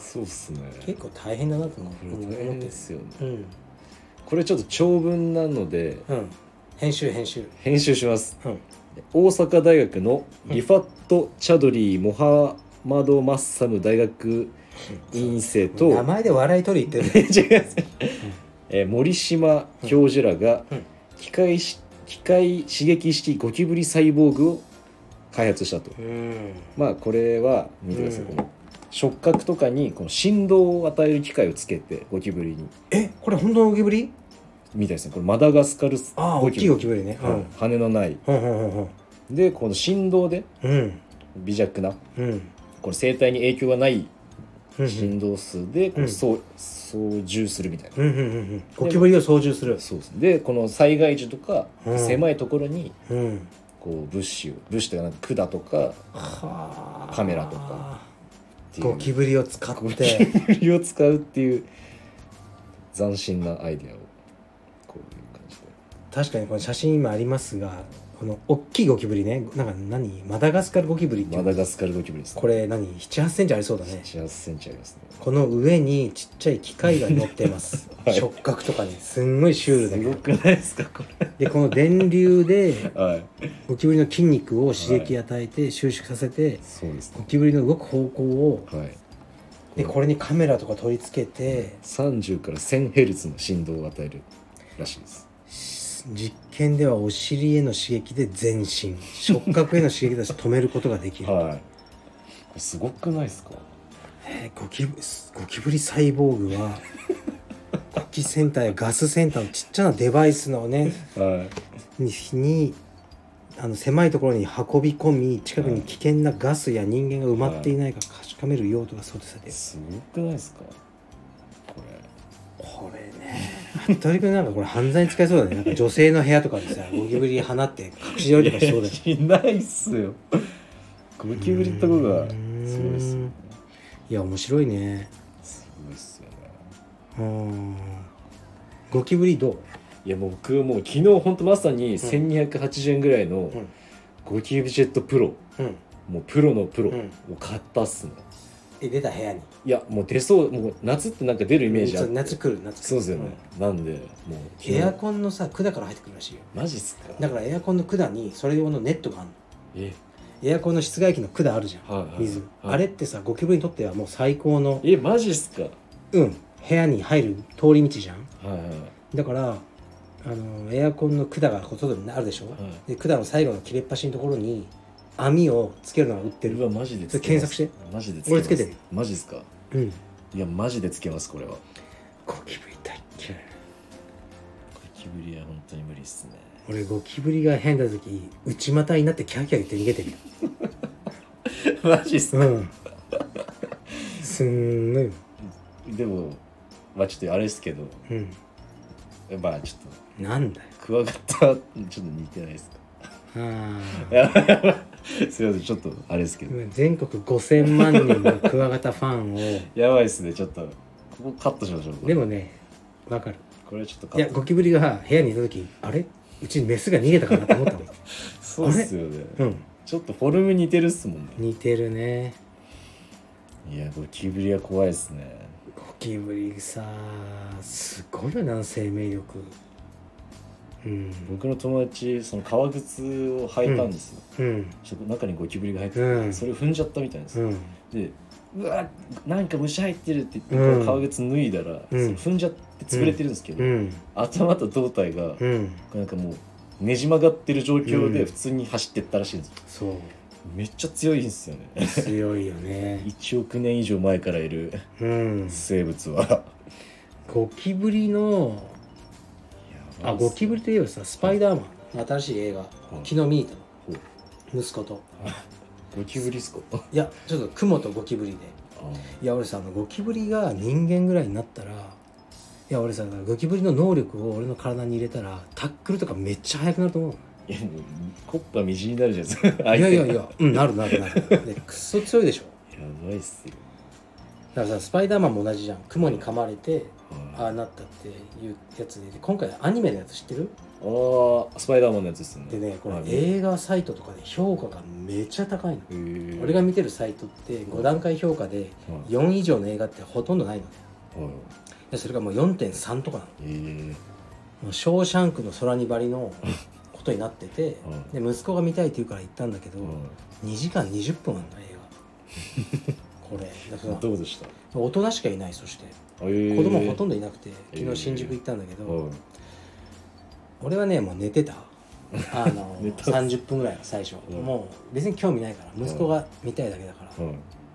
B: そうっすね
A: 結構大変だなと思
B: これ
A: 思っ
B: 大変で
A: て
B: すよね
A: うん
B: これちょっと長文なので
A: うん編集編集
B: 編集します
A: うん
B: 大阪大学のリファット・チャドリー・モハマド・マッサム大学院生と
A: 名前で笑い取り言ってる
B: 違います えー森島教授らが
A: うんうん
B: 機械し機械刺激式ゴキブリサイボーグを開発したと
A: うん
B: まあこれは見てください、
A: うん
B: この触覚とかにこの振動を与える機械をつけてゴキブリに
A: えこれ本当のゴキブリ
B: みたいですねこれマダガスカルス
A: ああ大きいゴキブリねう
B: はい
A: ん
B: 羽のない
A: うんうん
B: でこの振動で
A: うん
B: 微弱な
A: うんうん
B: この生体に影響がない
A: うん
B: 振動数でこ
A: うん
B: う操操縦するみたいな、
A: うんうんうんうんゴキブリを操縦する
B: そうですねでこの災害時とか
A: うん
B: 狭いところに
A: うん
B: こう物資を物資とかなんか管とか
A: はあ
B: カメラとかっていう
A: ゴキブリを使
B: ゴ
A: っ
B: キブ
A: て
B: リを使うっていう斬新なアイデアをこういう感じで
A: 確かにこの写真今ありますがこの大きいゴキブリねなんか何マダガスカルゴキブリってい
B: マ
A: う
B: ダガスカルゴキブリですね
A: これ何7 8センチありそうだね
B: 7 8センチありますね
A: この上にちっちゃい機械が乗ってます、
B: はい
A: 触覚とかにすんごいシュールだ
B: す
A: け
B: ご
A: ど
B: くないですかこれ
A: でこの電流で
B: はい
A: ゴキブリの筋肉を刺激与えて収縮させて
B: そうです
A: ゴ
B: ね
A: キブリの動く方向を
B: はい
A: でこれにカメラとか取り付けて
B: 30から1000ヘルツの振動を与えるらしいです
A: 実験ではお尻への刺激で全身触覚への刺激だし止めることができる、
B: はいこれすごくないですか
A: えーゴキブゴキブリサイボーグはゴキセンターやガスセンターのちっちゃなデバイスのね
B: はい
A: ににあの狭いところに運び込み近くに危険なガスや人間が埋まっていないか確かめる用途が想定されている、
B: すごくないですかこ
A: これね服部君なんかこれ犯罪に使えそうだねなんか女性の部屋とかでさゴキブリ放って隠し撮りとかしそうだし
B: れいないっすよゴキブリってことがすごいっすよね
A: いや面白いね
B: すごいっすよね
A: うんゴキブリどう
B: いやもう僕もう昨日本当まさに1280円ぐらいの
A: ん
B: ゴキブリジェットプロ
A: うん
B: もうプロのプロ
A: うん
B: を買ったっすね
A: え出た部屋に
B: いやもう出そうもう夏ってなんか出るイメージあっ
A: そう
B: て
A: 夏来る夏来る
B: そうですよね、なんでもう昨
A: うん
B: 日
A: エアコンのさ管から入ってくるらしいよ
B: マジっすか
A: だからエアコンの管にそれ用のネットがあるの
B: え
A: エアコンの室外機の管あるじゃん、
B: はいはい
A: 水、
B: はい
A: あれってさゴキブリにとってはもう最高の
B: えマジっすかは
A: うん部屋に入る通り道じゃん
B: いはいはい
A: だからあのエアコンの管がこう外にあるでしょ、で管の最後の切れっ端のところに網をつけるのが売って
B: う
A: る
B: わマジで
A: それ検索して
B: マジでつけ
A: 俺
B: ま
A: つ
B: す
A: けてる
B: マジっすか
A: うん
B: いやマジでつけますこれは
A: ゴ
B: ゴ
A: キブリ大っ嫌い
B: キブリは本当に無理っすね
A: 俺ゴキブリが変だ時内股になってキャーキャー言って逃げてるよ
B: マジっすか
A: うんすんごい
B: でもまあちょっとあれですけど
A: うん
B: まあちょっ
A: なんだよ
B: とクワガタちょっと似てないですか
A: ああ
B: いやすいませんちょっとあれですけど
A: 今全国5000万人のクワガタファンを
B: やばいっすねちょっとここカットしましょうこ
A: で
B: れ
A: もねわかる
B: これはちょっとカ
A: いや
B: ット
A: ゴキブリが部屋にいた時あれうちにメスが逃げたかなと思ったの
B: そうっすよね
A: うん
B: ちょっとフォルム似てるっすもんね
A: 似てるね
B: いやゴキブリは怖いっすね
A: ゴキブリさすごいよな生命力うん
B: 僕の友達その革靴を履いたんですよ、
A: うん
B: ちょっと中にゴキブリが入ってて、
A: うん
B: それを踏んじゃったみたいなんです
A: う
B: よ、
A: ん
B: でうわなんか虫入ってるって言っ
A: う
B: て
A: ん
B: 革靴脱いだら、
A: うん
B: その踏んじゃって潰れてるんですけど、
A: うん
B: 頭と胴体が
A: うん
B: なんかもうねじ曲がってる状況
A: う
B: で
A: ん
B: 普通に走ってったらしいんですよ、
A: そう
B: めっちゃ強いんですよ ね
A: 強いよね
B: 1億年以上前からいる
A: うん
B: 生物は
A: ゴキブリのあゴキブリといえばさスパイダーマン新しい映画昨日見に行ったの
B: ほう
A: 息子と
B: ゴキブリっすかあ
A: いやちょっと雲とゴキブリでいや俺さあのゴキブリが人間ぐらいになったらいや俺さゴキブリの能力を俺の体に入れたらタックルとかめっちゃ速くなると思う
B: いやもうコッパみじんになるじゃないですか
A: いやいやい
B: や
A: や、うん、なるなるなる。で、くっそ強いでしょ。
B: ばいっすよ
A: だからさ、スパイダーマンも同じじゃん。雲に噛まれて、あ
B: あ
A: あなったっていうやつで、で今回アニメのやつ知ってる
B: あースパイダーマンのやつですね
A: でね、これ
B: はい
A: 映画サイトとかで評価がめちゃ高いの。
B: へー
A: 俺が見てるサイトって5段階評価で
B: はい
A: 4以上の映画ってほとんどないのね。
B: はい
A: で、それがもう4.3とかなの。
B: えー
A: もうショーシャンクの空にばり のことになってて、
B: は
A: で、
B: い
A: 息子が見たいって言うから行ったんだけど、
B: は
A: 2時間20分あんの映 画。これ、だから
B: いどうでした
A: 大人しかいないそして
B: あえー
A: 子供ほとんどいなくて、
B: えー
A: 昨日新宿行ったんだけど、
B: はい
A: 俺はねもう寝てたあ の
B: 寝た
A: 30分ぐらい最初、
B: うん
A: もう別に興味ないから息子が見たいだけだから、
B: はい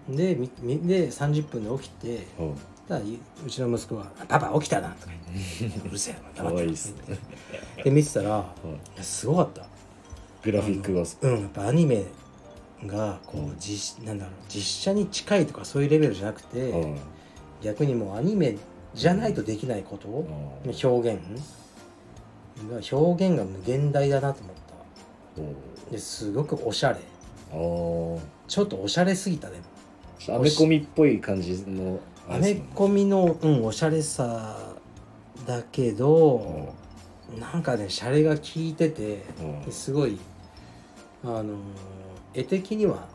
A: でみみで30分で起きて
B: はい
A: ただいうちの息子が「パパ起きたな」とか言って「うるせえな黙って
B: 可愛
A: ろ」
B: いっすね
A: で見てたら
B: はい
A: いやすごかった
B: グラフィックが
A: うんやっぱアニメがこう実なんだろう実写に近いとかそういうレベルじゃなくて、
B: はい
A: 逆にもうアニメじゃないとできないことを、
B: あー
A: 表現が表現が無限大だなと思った
B: ほう
A: ですごくおしゃれ
B: あー
A: ちょっとおしゃれすぎたね
B: ちょっとアメコミっぽい感じの
A: アメコミの、うん、おしゃれさだけど、なんかねシャレが効いててすごいあのー絵的には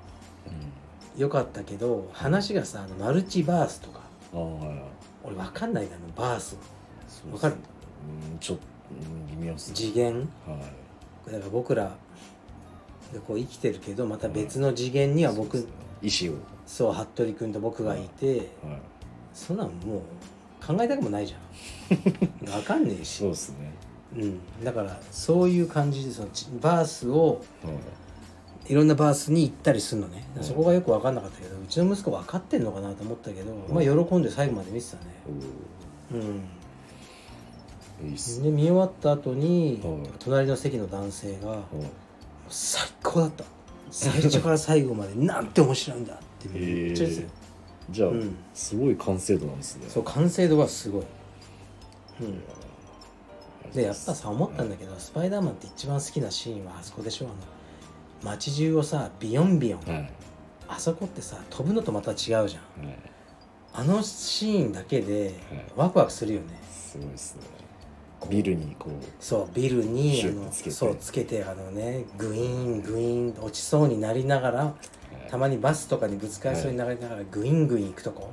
A: 良かったけど話がさあのマルチバースとか
B: ああー
A: 俺わかんないなあのバース
B: そう
A: わかる
B: うんちょっとうん微妙っすね
A: 次元
B: はい
A: だから僕らでこう生きてるけどまた別の次元には僕、
B: そうですね意思
A: そう服部君と僕がいて
B: をはい
A: そんなんもう考えたくもないじゃんわかんねえし
B: そうですね
A: うん、だからそういう感じでそのちバースを
B: はい
A: いろんなバースに行ったりするのね
B: うん
A: そこがよく分かんなかったけどうちの息子分かってんのかなと思ったけど、
B: ん
A: まあ喜んで最後まで見てたね
B: お
A: うん
B: ーいいっすね
A: で見終わった後に
B: うん
A: 隣の席の男性が
B: はい
A: 「最高だった最初から最後までなんて面白いんだ」ってめっちゃ言ってたよ
B: じゃあ、
A: うん
B: すごい完成度なんですね
A: そう完成度がすごい、うん、でやっぱさ思ったんだけど、スパイダーマンって一番好きなシーンはあそこでしょあの街中をさビヨンビヨン、
B: はいはい
A: あそこってさ飛ぶのとまた違うじゃんあのシーンだけでワクワクするよね、
B: すごいですねビルにこう
A: そうビルに
B: シ
A: あ
B: ュッて
A: の
B: つけて
A: そうつけてあのねグイーングイーン落ちそうになりながらたまにバスとかにぶつかりそうになりながらグイングイン行くとこ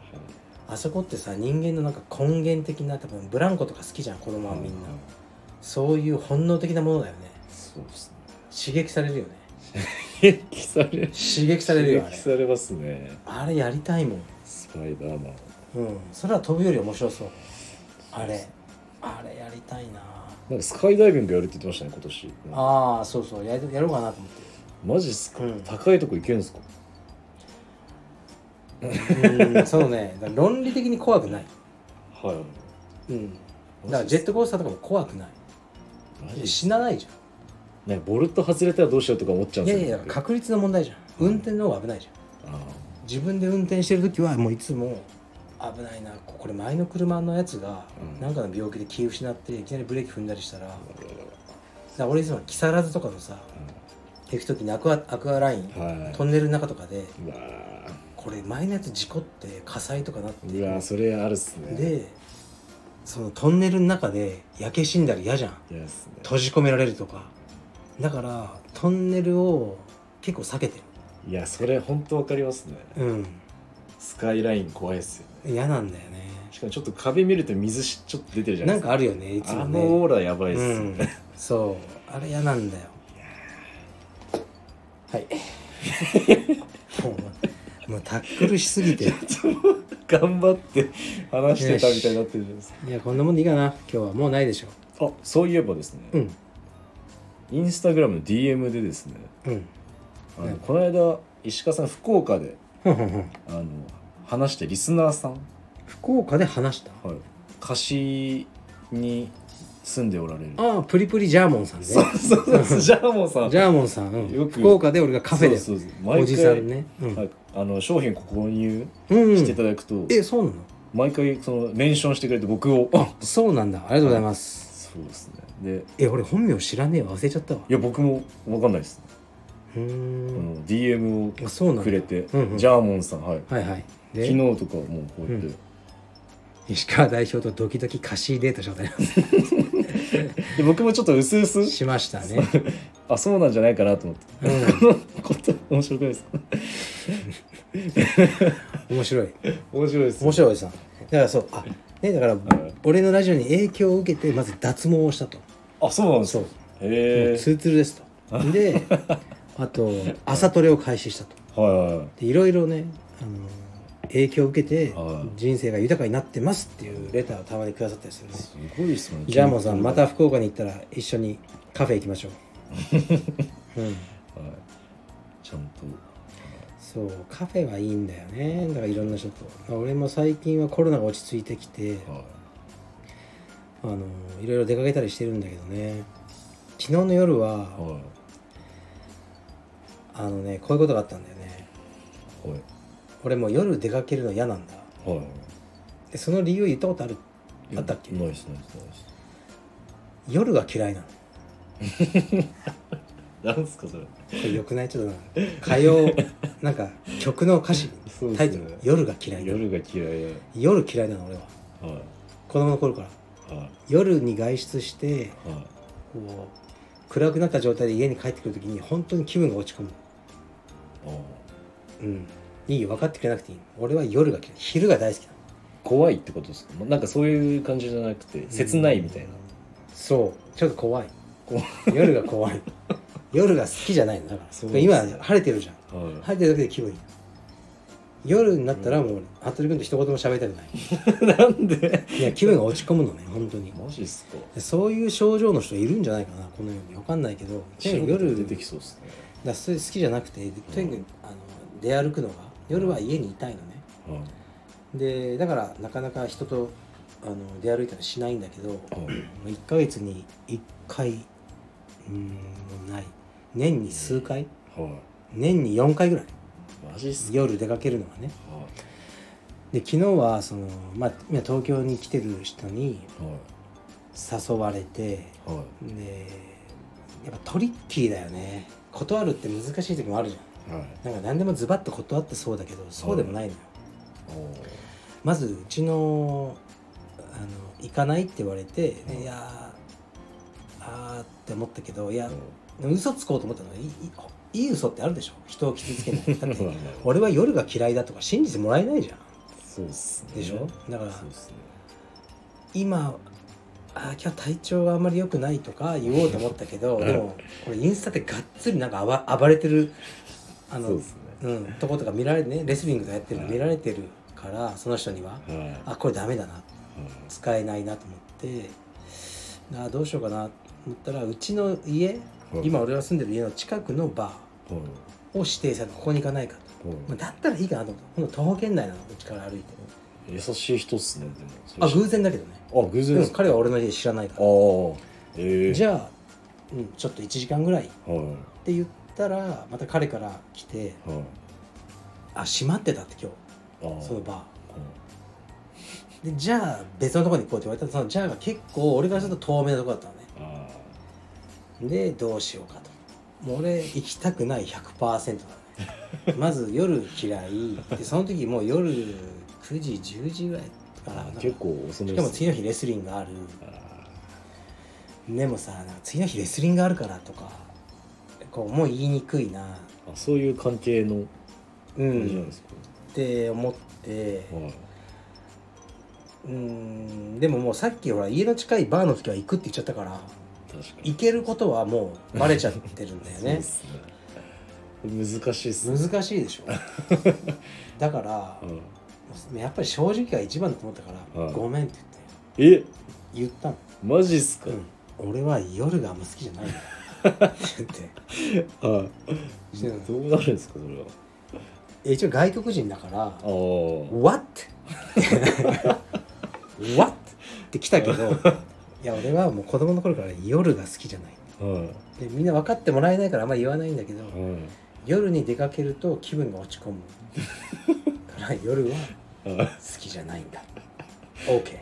A: あそこってさ人間のなんか根源的な多分ブランコとか好きじゃん子供はみんな、そういう本能的なものだよね
B: そ うですね
A: 刺激されるよね
B: 刺激される
A: 刺激されるよあ
B: 刺
A: れ
B: 激されますね
A: あれやりたいもん
B: スパイダーマン
A: うんそれは飛ぶより面白そうあれあれやりたいな
B: なんかスカイダイビングやるって言ってましたね今年
A: ああそうそうやりやろうかなと思って
B: マジっすか、
A: うん
B: 高いとこ行けるんですか
A: うん そうねだから論理的に怖くない
B: はい
A: うんだからジェットコースターとかも怖くない
B: マ
A: で
B: ジ
A: 死なないじゃ
B: なんかボルト外れたらどうしようとか思っちゃうん
A: んい
B: で
A: や
B: す
A: いやいや
B: 僕
A: 確率の問題じゃん運転の方が危ないじゃん
B: あ
A: 自分で運転してる時はもういつも危ないなここれ前の車のやつが
B: うん
A: なんかの病気で気を失っていきなりブレーキ踏んだりしたらだか
B: ー
A: ら俺いつも木更津とかのさ行く時にアクアアクアライン
B: はい
A: トンネルの中とかで
B: うわー
A: これ前のやつ事故って火災とかなって
B: うわそれあるっすね
A: でそのトンネルの中で焼け死んだら嫌じゃん
B: 嫌っすね
A: 閉じ込められるとかだからトンネルを結構避けて
B: いやそれ本当わかりますね
A: るうん
B: スカイライン怖いっすよね
A: 嫌なんだよね
B: しかもちょっと壁見ると水しちょっと出てるじゃ
A: ない
B: な
A: ん
B: です
A: か
B: か
A: あるよねいつ
B: あ
A: もね
B: のオーラやばいっすよ
A: うん
B: ね、、
A: そうあれ嫌なんだよ はいもうもうタックルしすぎて
B: 頑張って話してたみたいになってるじゃないですか
A: いやこんなもんでいいかな今日はもうないでしょ
B: あそういえばですね、
A: うん
B: インスタグラムの DM でですね
A: うん
B: あの
A: うん
B: この間石川さん福岡で
A: ふんふんふん
B: あの話してリスナーさん、
A: 福岡で話した
B: はい、歌詞に住んでおられる
A: ああプリプリジャーモンさんね
B: そうそうそうそうジャーモンさん
A: ジャーモンさん、うん
B: よく
A: 福岡で俺がカフェで
B: そうそうそう毎回
A: おじさんね、うん
B: はい、あの商品購入
A: うん
B: していただくと、
A: えそうなの
B: 毎回そのメンションしてくれて僕を
A: あそうなんだありがとうございます
B: そうですねで
A: え俺本名知らねえわ忘れちゃったわ
B: いや僕も分かんないです、
A: うー
B: あ
A: ん
B: の DM
A: あそうなん
B: を
A: だ
B: くれて、
A: うんうん
B: ジャーモンさんはい
A: はいはい
B: 昨
A: で
B: 日とかもうこうやって、
A: うん石川代表とドキドキ貸しデートしたことあります
B: で僕もちょっと薄々
A: しましたね
B: あそうなんじゃないかなと思って
A: う
B: こと面白くないですか
A: ん面白い
B: 面白いです
A: 面白いおじさんだからそうあねだから
B: ん
A: 俺のラジオに影響を受けてまず脱毛をしたと
B: あそうなんです
A: そ
B: か
A: うもう
B: へ
A: ツルツルです とであと朝トレを開始したと
B: えはいはいはい
A: でいろいろねあの影響を受けて
B: はい
A: 人生が豊かになってますっていうレターをたまにくださったりするんです
B: すごいですね
A: ジャーモンさんまた福岡に行ったら一緒にカフェ行きましょ う、うん、
B: はい、ちゃんと
A: そうカフェはいいんだよねだからいろんな人と俺も最近はコロナが落ち着いてきて
B: は
A: あのいろいろ出かけたりしてるんだけどね昨日の夜はい
B: は
A: あのねこういうことがあったんだよね
B: いはい
A: 俺もう夜出かけるの嫌なんだ
B: はい
A: でその理由言ったことあるあったっけ
B: ナイスナイスナイス
A: 夜が嫌いなのこ
B: なんすかそれ
A: れよくないちょっとなんか歌 謡なんか曲の歌詞
B: そう
A: タ
B: で
A: イ
B: す
A: ト
B: ね
A: ル「夜が嫌いなの
B: 夜が嫌いや
A: 夜嫌いなの俺は
B: は
A: 子供の頃から
B: いは
A: 夜に外出して
B: いはい
A: こう暗くなった状態で家に帰ってくる時に本当に気分が落ち込む
B: ああ
A: うんいいよ分かってくれなくていい俺は夜が嫌い昼が大好きなの
B: 怖いってことですかまなんかそういう感じじゃなくて切ないみたいな、
A: そうちょっと怖い
B: 怖い
A: 夜が怖い夜が好きじゃないのだから
B: そう
A: 今晴れてるじゃん
B: はい
A: 晴れてるだけで気分いい夜になったらもう服部君と一言も喋りたくない
B: なんで
A: いや気分が落ち込むのね本当に
B: マジっすか
A: そういう症状の人いるんじゃないかなこの世に分かんないけどとにかく
B: 夜
A: 夜
B: 出てきそうですね
A: だそれ好きじゃなくてとにかくあの出歩くのが夜は家にいたいのね
B: は
A: でだからなかなか人とあの出歩いたりしないんだけど
B: いはい
A: 1ヶ月に1回うーんない年に数回
B: は
A: 年に4回ぐらい
B: いマジっすか
A: 夜出かけるのがね
B: は
A: で昨日はその、まあ、今東京に来てる人に
B: いは
A: 誘われて
B: いは
A: でやっぱトリッキーだよね断るって難しい時もあるじゃん
B: いはい
A: なんか何でもズバッと断ってそうだけどそうでもないのよ、
B: おー
A: まずうちのあの「行かない?」って言われて「
B: うん
A: いやーあー」って思ったけどいや
B: はい
A: 嘘つこうと思ったのいいいいい嘘ってあるでしょ人を傷つけないだっ
B: はい
A: て
B: はい
A: 俺は夜が嫌いだとか信じてもらえないじゃん
B: そうっすね
A: でしょだから
B: そうっすね
A: 今あー今日体調があんまり良くないとか言おうと思ったけどでもこれインスタでがっつりなんか暴暴れてるあ
B: そう
A: の
B: っす
A: うんとことか見られてねレスリングとかやってるの
B: はい
A: 見られてるからその人には
B: ねはいは
A: あこれダメだな使えないなと思ってあーどうしようかなと思ったらうちの家
B: い
A: 今俺が住んでる家の近くのバ
B: はいは
A: ーを指定されてここに行かないかと、まあ、だったらいいかなと思ってほんと徒歩圏内なのうちから歩いて
B: い優しい人っすねでも
A: あ偶然だけどね
B: あ偶然
A: で
B: で
A: も
B: すか
A: 彼は俺の家知らないか
B: あ
A: ら
B: あええ
A: じゃあ、うん、ちょっと1時間ぐらいっ
B: はい
A: て言ったらまた彼から来て
B: はい
A: あ閉まってたって今
B: あー
A: 日そのバ
B: は
A: ーでじゃあ別のとこに行こうって言われたらそのじゃあが結構俺からすると透明なとこだったのね
B: いあ
A: でどうしようかともう俺行きたくない100%なのね まず夜嫌いでその時もう夜9時10時ぐらいかな
B: 結構遅め
A: し
B: で
A: かも
B: す
A: 次
B: ね
A: の日レスリングがある
B: あ
A: でもさなんか次の日レスリングがあるからとかこうもう言いにくいな
B: ーあそういう関係の
A: う
B: 感じなん
A: ん
B: で
A: っ
B: すか、
A: て思って
B: はい
A: うんでももうさっきほら家の近いバーの時は行くって言っちゃったから
B: 確かに
A: 行けることはもうバレちゃってるんだよね
B: そうですね難しいっすね、
A: 難しいでしょ だから
B: うん
A: やっぱり正直が一番だと思ったから「
B: うん
A: ごめん」って
B: え
A: 言って言ったの、
B: マジっすか、
A: うん、俺は夜があんま好きじゃないんだ って
B: はい
A: してない
B: どうなるんですかそれは
A: え一応外国人だから
B: あ
A: 「
B: あ
A: What? 」What? って来たけ どいや俺はもう子供の頃から夜が好きじゃない
B: はい
A: でみんな分かってもらえないからあんまり言わないんだけど
B: はい
A: 夜に出かけると気分が落ち込 むから夜は
B: あ
A: 好きじゃないんだ OK っ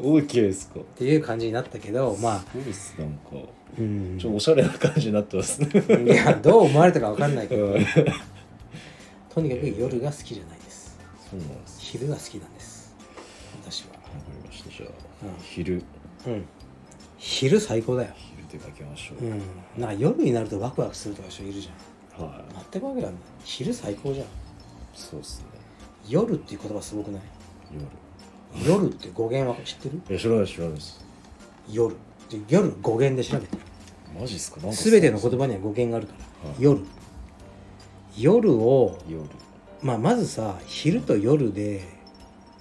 B: OK ですか
A: ていう感じになったけどまあ
B: そうですなんかち
A: うん
B: ょっとおしゃれな感じになってますね
A: いやどう思われたか分かんないけど
B: うんそう
A: とにかく夜が好きじゃないです
B: なんです
A: 昼が好きなんです私は
B: わかりましたじゃあ、
A: うん
B: 昼
A: うん昼最高だよ
B: 昼出かけましょう、
A: うんなんか夜になるとワクワクするとか人いるじゃ
B: は
A: ん全くわけなんだ昼最高じゃん
B: いそうっすね
A: 夜っていう言葉すごくない
B: 夜
A: 夜って語源は知ってる
B: え知らないです知らないです
A: 夜で夜語源で調べて
B: マジっすかなんか
A: 全ての言葉には語源があるから、
B: はい
A: 夜夜を、
B: 夜
A: まあ、まずさ昼と夜で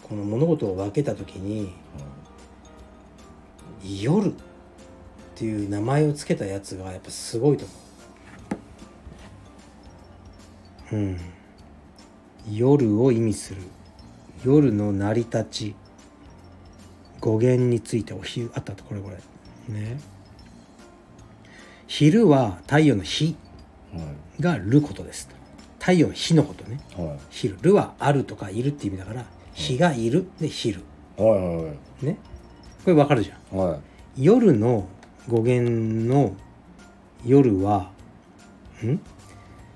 A: この物事を分けた時に夜っていう名前をつけたやつがやっぱすごいと思ううん夜を意味する夜の成り立ち語源についてお昼あったあったこれこれね昼は太陽の日
B: はいは
A: が「る」ことです太陽の日のことね
B: いはい
A: 昼「る」はあるとかいるって意味だから日がいるで昼
B: はいはいはい
A: ねこれわかるじゃん
B: はい
A: 夜の語源の夜はん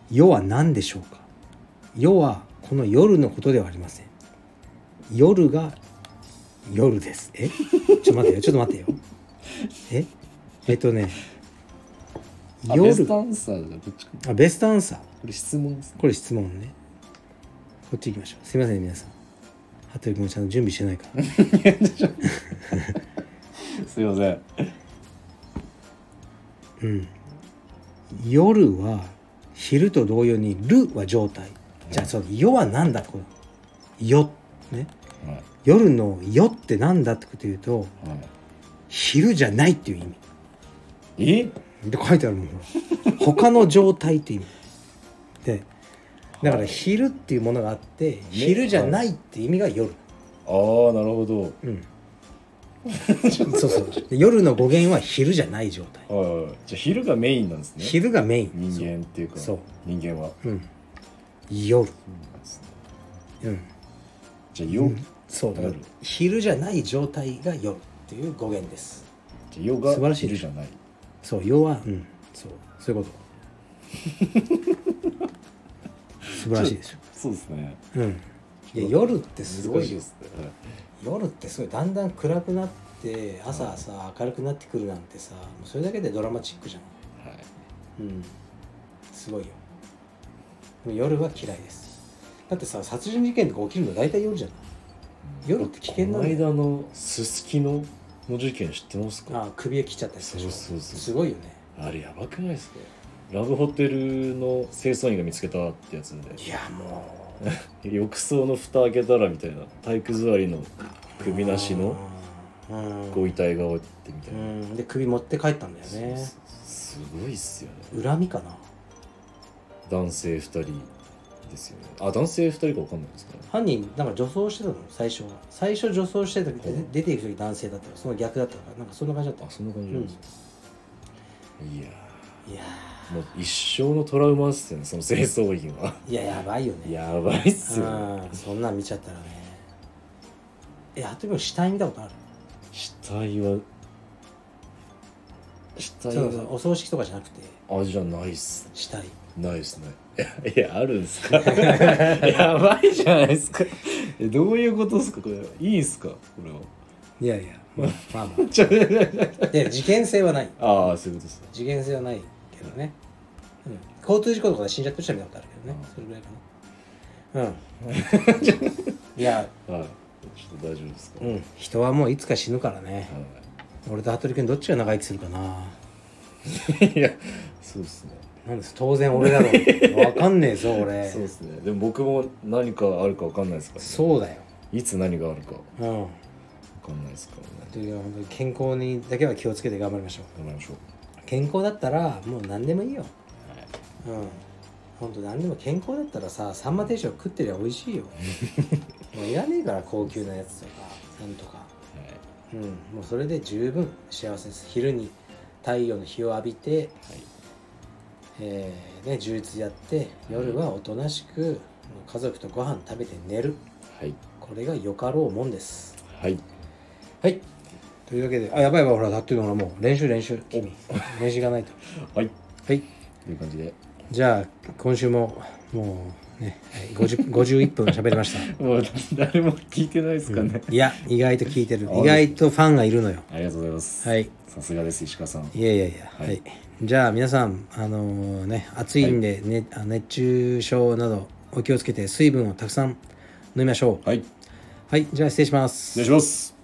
A: 夜は何でしょうか夜はこの夜のことではありません夜が夜ですえちょっと待ってよちょっと待ってよええっとね
B: あベス
A: 夜
B: トアンサーだどっちか
A: あベストアンサー
B: これ質問ですね
A: これ質問ねこっち行きましょうすいませんね皆さん服部君もちゃんと準備してないから
B: すいません
A: うん、夜は昼と同様に「る」は状態じゃあその「夜」は何だってこと「夜」ね
B: はい
A: 夜の「夜」って何だってこと言うと
B: は
A: 昼じゃないっていう意味
B: いえ
A: で書いてあるもんほら 他の状態っていう意味でだから昼っていうものがあって昼じゃないっていう意味が夜、
B: ああなるほど
A: うんそうそうで夜の語源は昼じゃない状態
B: はいはいはいじゃあ昼がメインなんですね
A: 昼がメイン
B: 人間っていうか
A: そう
B: 人間は
A: そう、うん、夜、うん、
B: じゃあ夜、じ
A: そうだから
B: 夜
A: 昼じゃない状態が夜っていう語源です
B: ゃあ夜
A: 素晴
B: が
A: らしい
B: 昼じゃない
A: そう夜はうんそうそういうこと 素晴らしいでしょ
B: そうですね
A: うんいや夜ってすご
B: 難し
A: い
B: い
A: よ
B: ですね
A: 夜ってすごいだんだん暗くなって朝さ明るくなってくるなんてさもうそれだけでドラマチックじゃん
B: はいはい
A: うんすごいよでも夜は嫌いですだってさ殺人事件とか起きるの大体夜じゃない夜って危険なん
B: こ
A: だ
B: の
A: よ
B: 間のすすきのの事件知ってますか
A: あ首へ切っちゃったりするでしょ
B: そうそうそう
A: すごいよね
B: あれやばくないですかラブホテルの清掃員が見つけたってやつ
A: いやもう
B: で浴槽の蓋開けたらみたいな体育座りの首なしの
A: うん
B: ご遺体がおってみたいうな、
A: んで首持って帰ったんだよね
B: そうすごいっすよね
A: 恨みかな
B: 男性2人ですよねあ男性2人か分かんないですかね
A: 犯人なんか女装してたの最初は最初女装してたけど
B: う
A: で
B: ん
A: 出ていく時男性だったからその逆だったからなんかそんな感じだった
B: あそんな感じなんですか、いや
A: いや
B: ーもう一生のトラウマっすよねその清掃員は
A: ーいややばいよね
B: やばいっすよね
A: うんそんなん見ちゃったらねえあとでも死体見たことある
B: 死体は死
A: そう
B: 体
A: そう
B: は
A: お葬式とかじゃなくて
B: あじゃあないっす
A: 死体
B: ないっすね いやいやあるんすか やばいじゃないですかえどういうことですかこれいいっすかこれはい
A: やいやまあまあま
B: ちょ
A: あで事件性はない
B: ああそういうことですね
A: 事件性はないけどね、うん、交通事故とかで死んじゃった人は見たことあるけどねそれぐらいかなうん いや
B: はいちょっと大丈夫ですか、
A: う
B: はい
A: ん人はもういつか死ぬからね俺と服部君どっちが長生きするかない
B: やそうですね
A: なんです当然俺だろう わかんねえぞ俺
B: そうですねでも僕も何かあるかわかんないですから、ね、
A: そうだよ
B: いつ何があるかわ
A: うん
B: かんないですからね
A: という本当に健康にだけは気をつけて頑張りましょう
B: 頑張りましょう
A: 健康だったらもう何でもいいよ、うん本当何でも健康だったらささんま定食食ってりゃ美味しい よもういらねえから高級なやつとかなんとか
B: はい
A: うんもうそれで十分幸せです昼に太陽の日を浴びて、えーね、充実やって夜はおとなしく家族とご飯食べて寝る
B: はい
A: これがよかろうもんです
B: はい
A: はいというわけであやばいやばいほらだってほらもう練習練習君練習がないと
B: はい
A: はい
B: という感じで
A: じゃあ今週ももうねはい50 51分喋りました
B: もう誰も聞いてないですかね、
A: いや意外と聞いてる
B: あ
A: 意外とファンがいるのよ
B: ありがとうございます
A: はい
B: さすがです石川さん
A: いやいやいや、はいい、じゃあ皆さん、あのね、暑いんで、ねあ熱中症などお気をつけて水分をたくさん飲みましょう。
B: はい
A: はい、じゃあ失礼します
B: お願い。します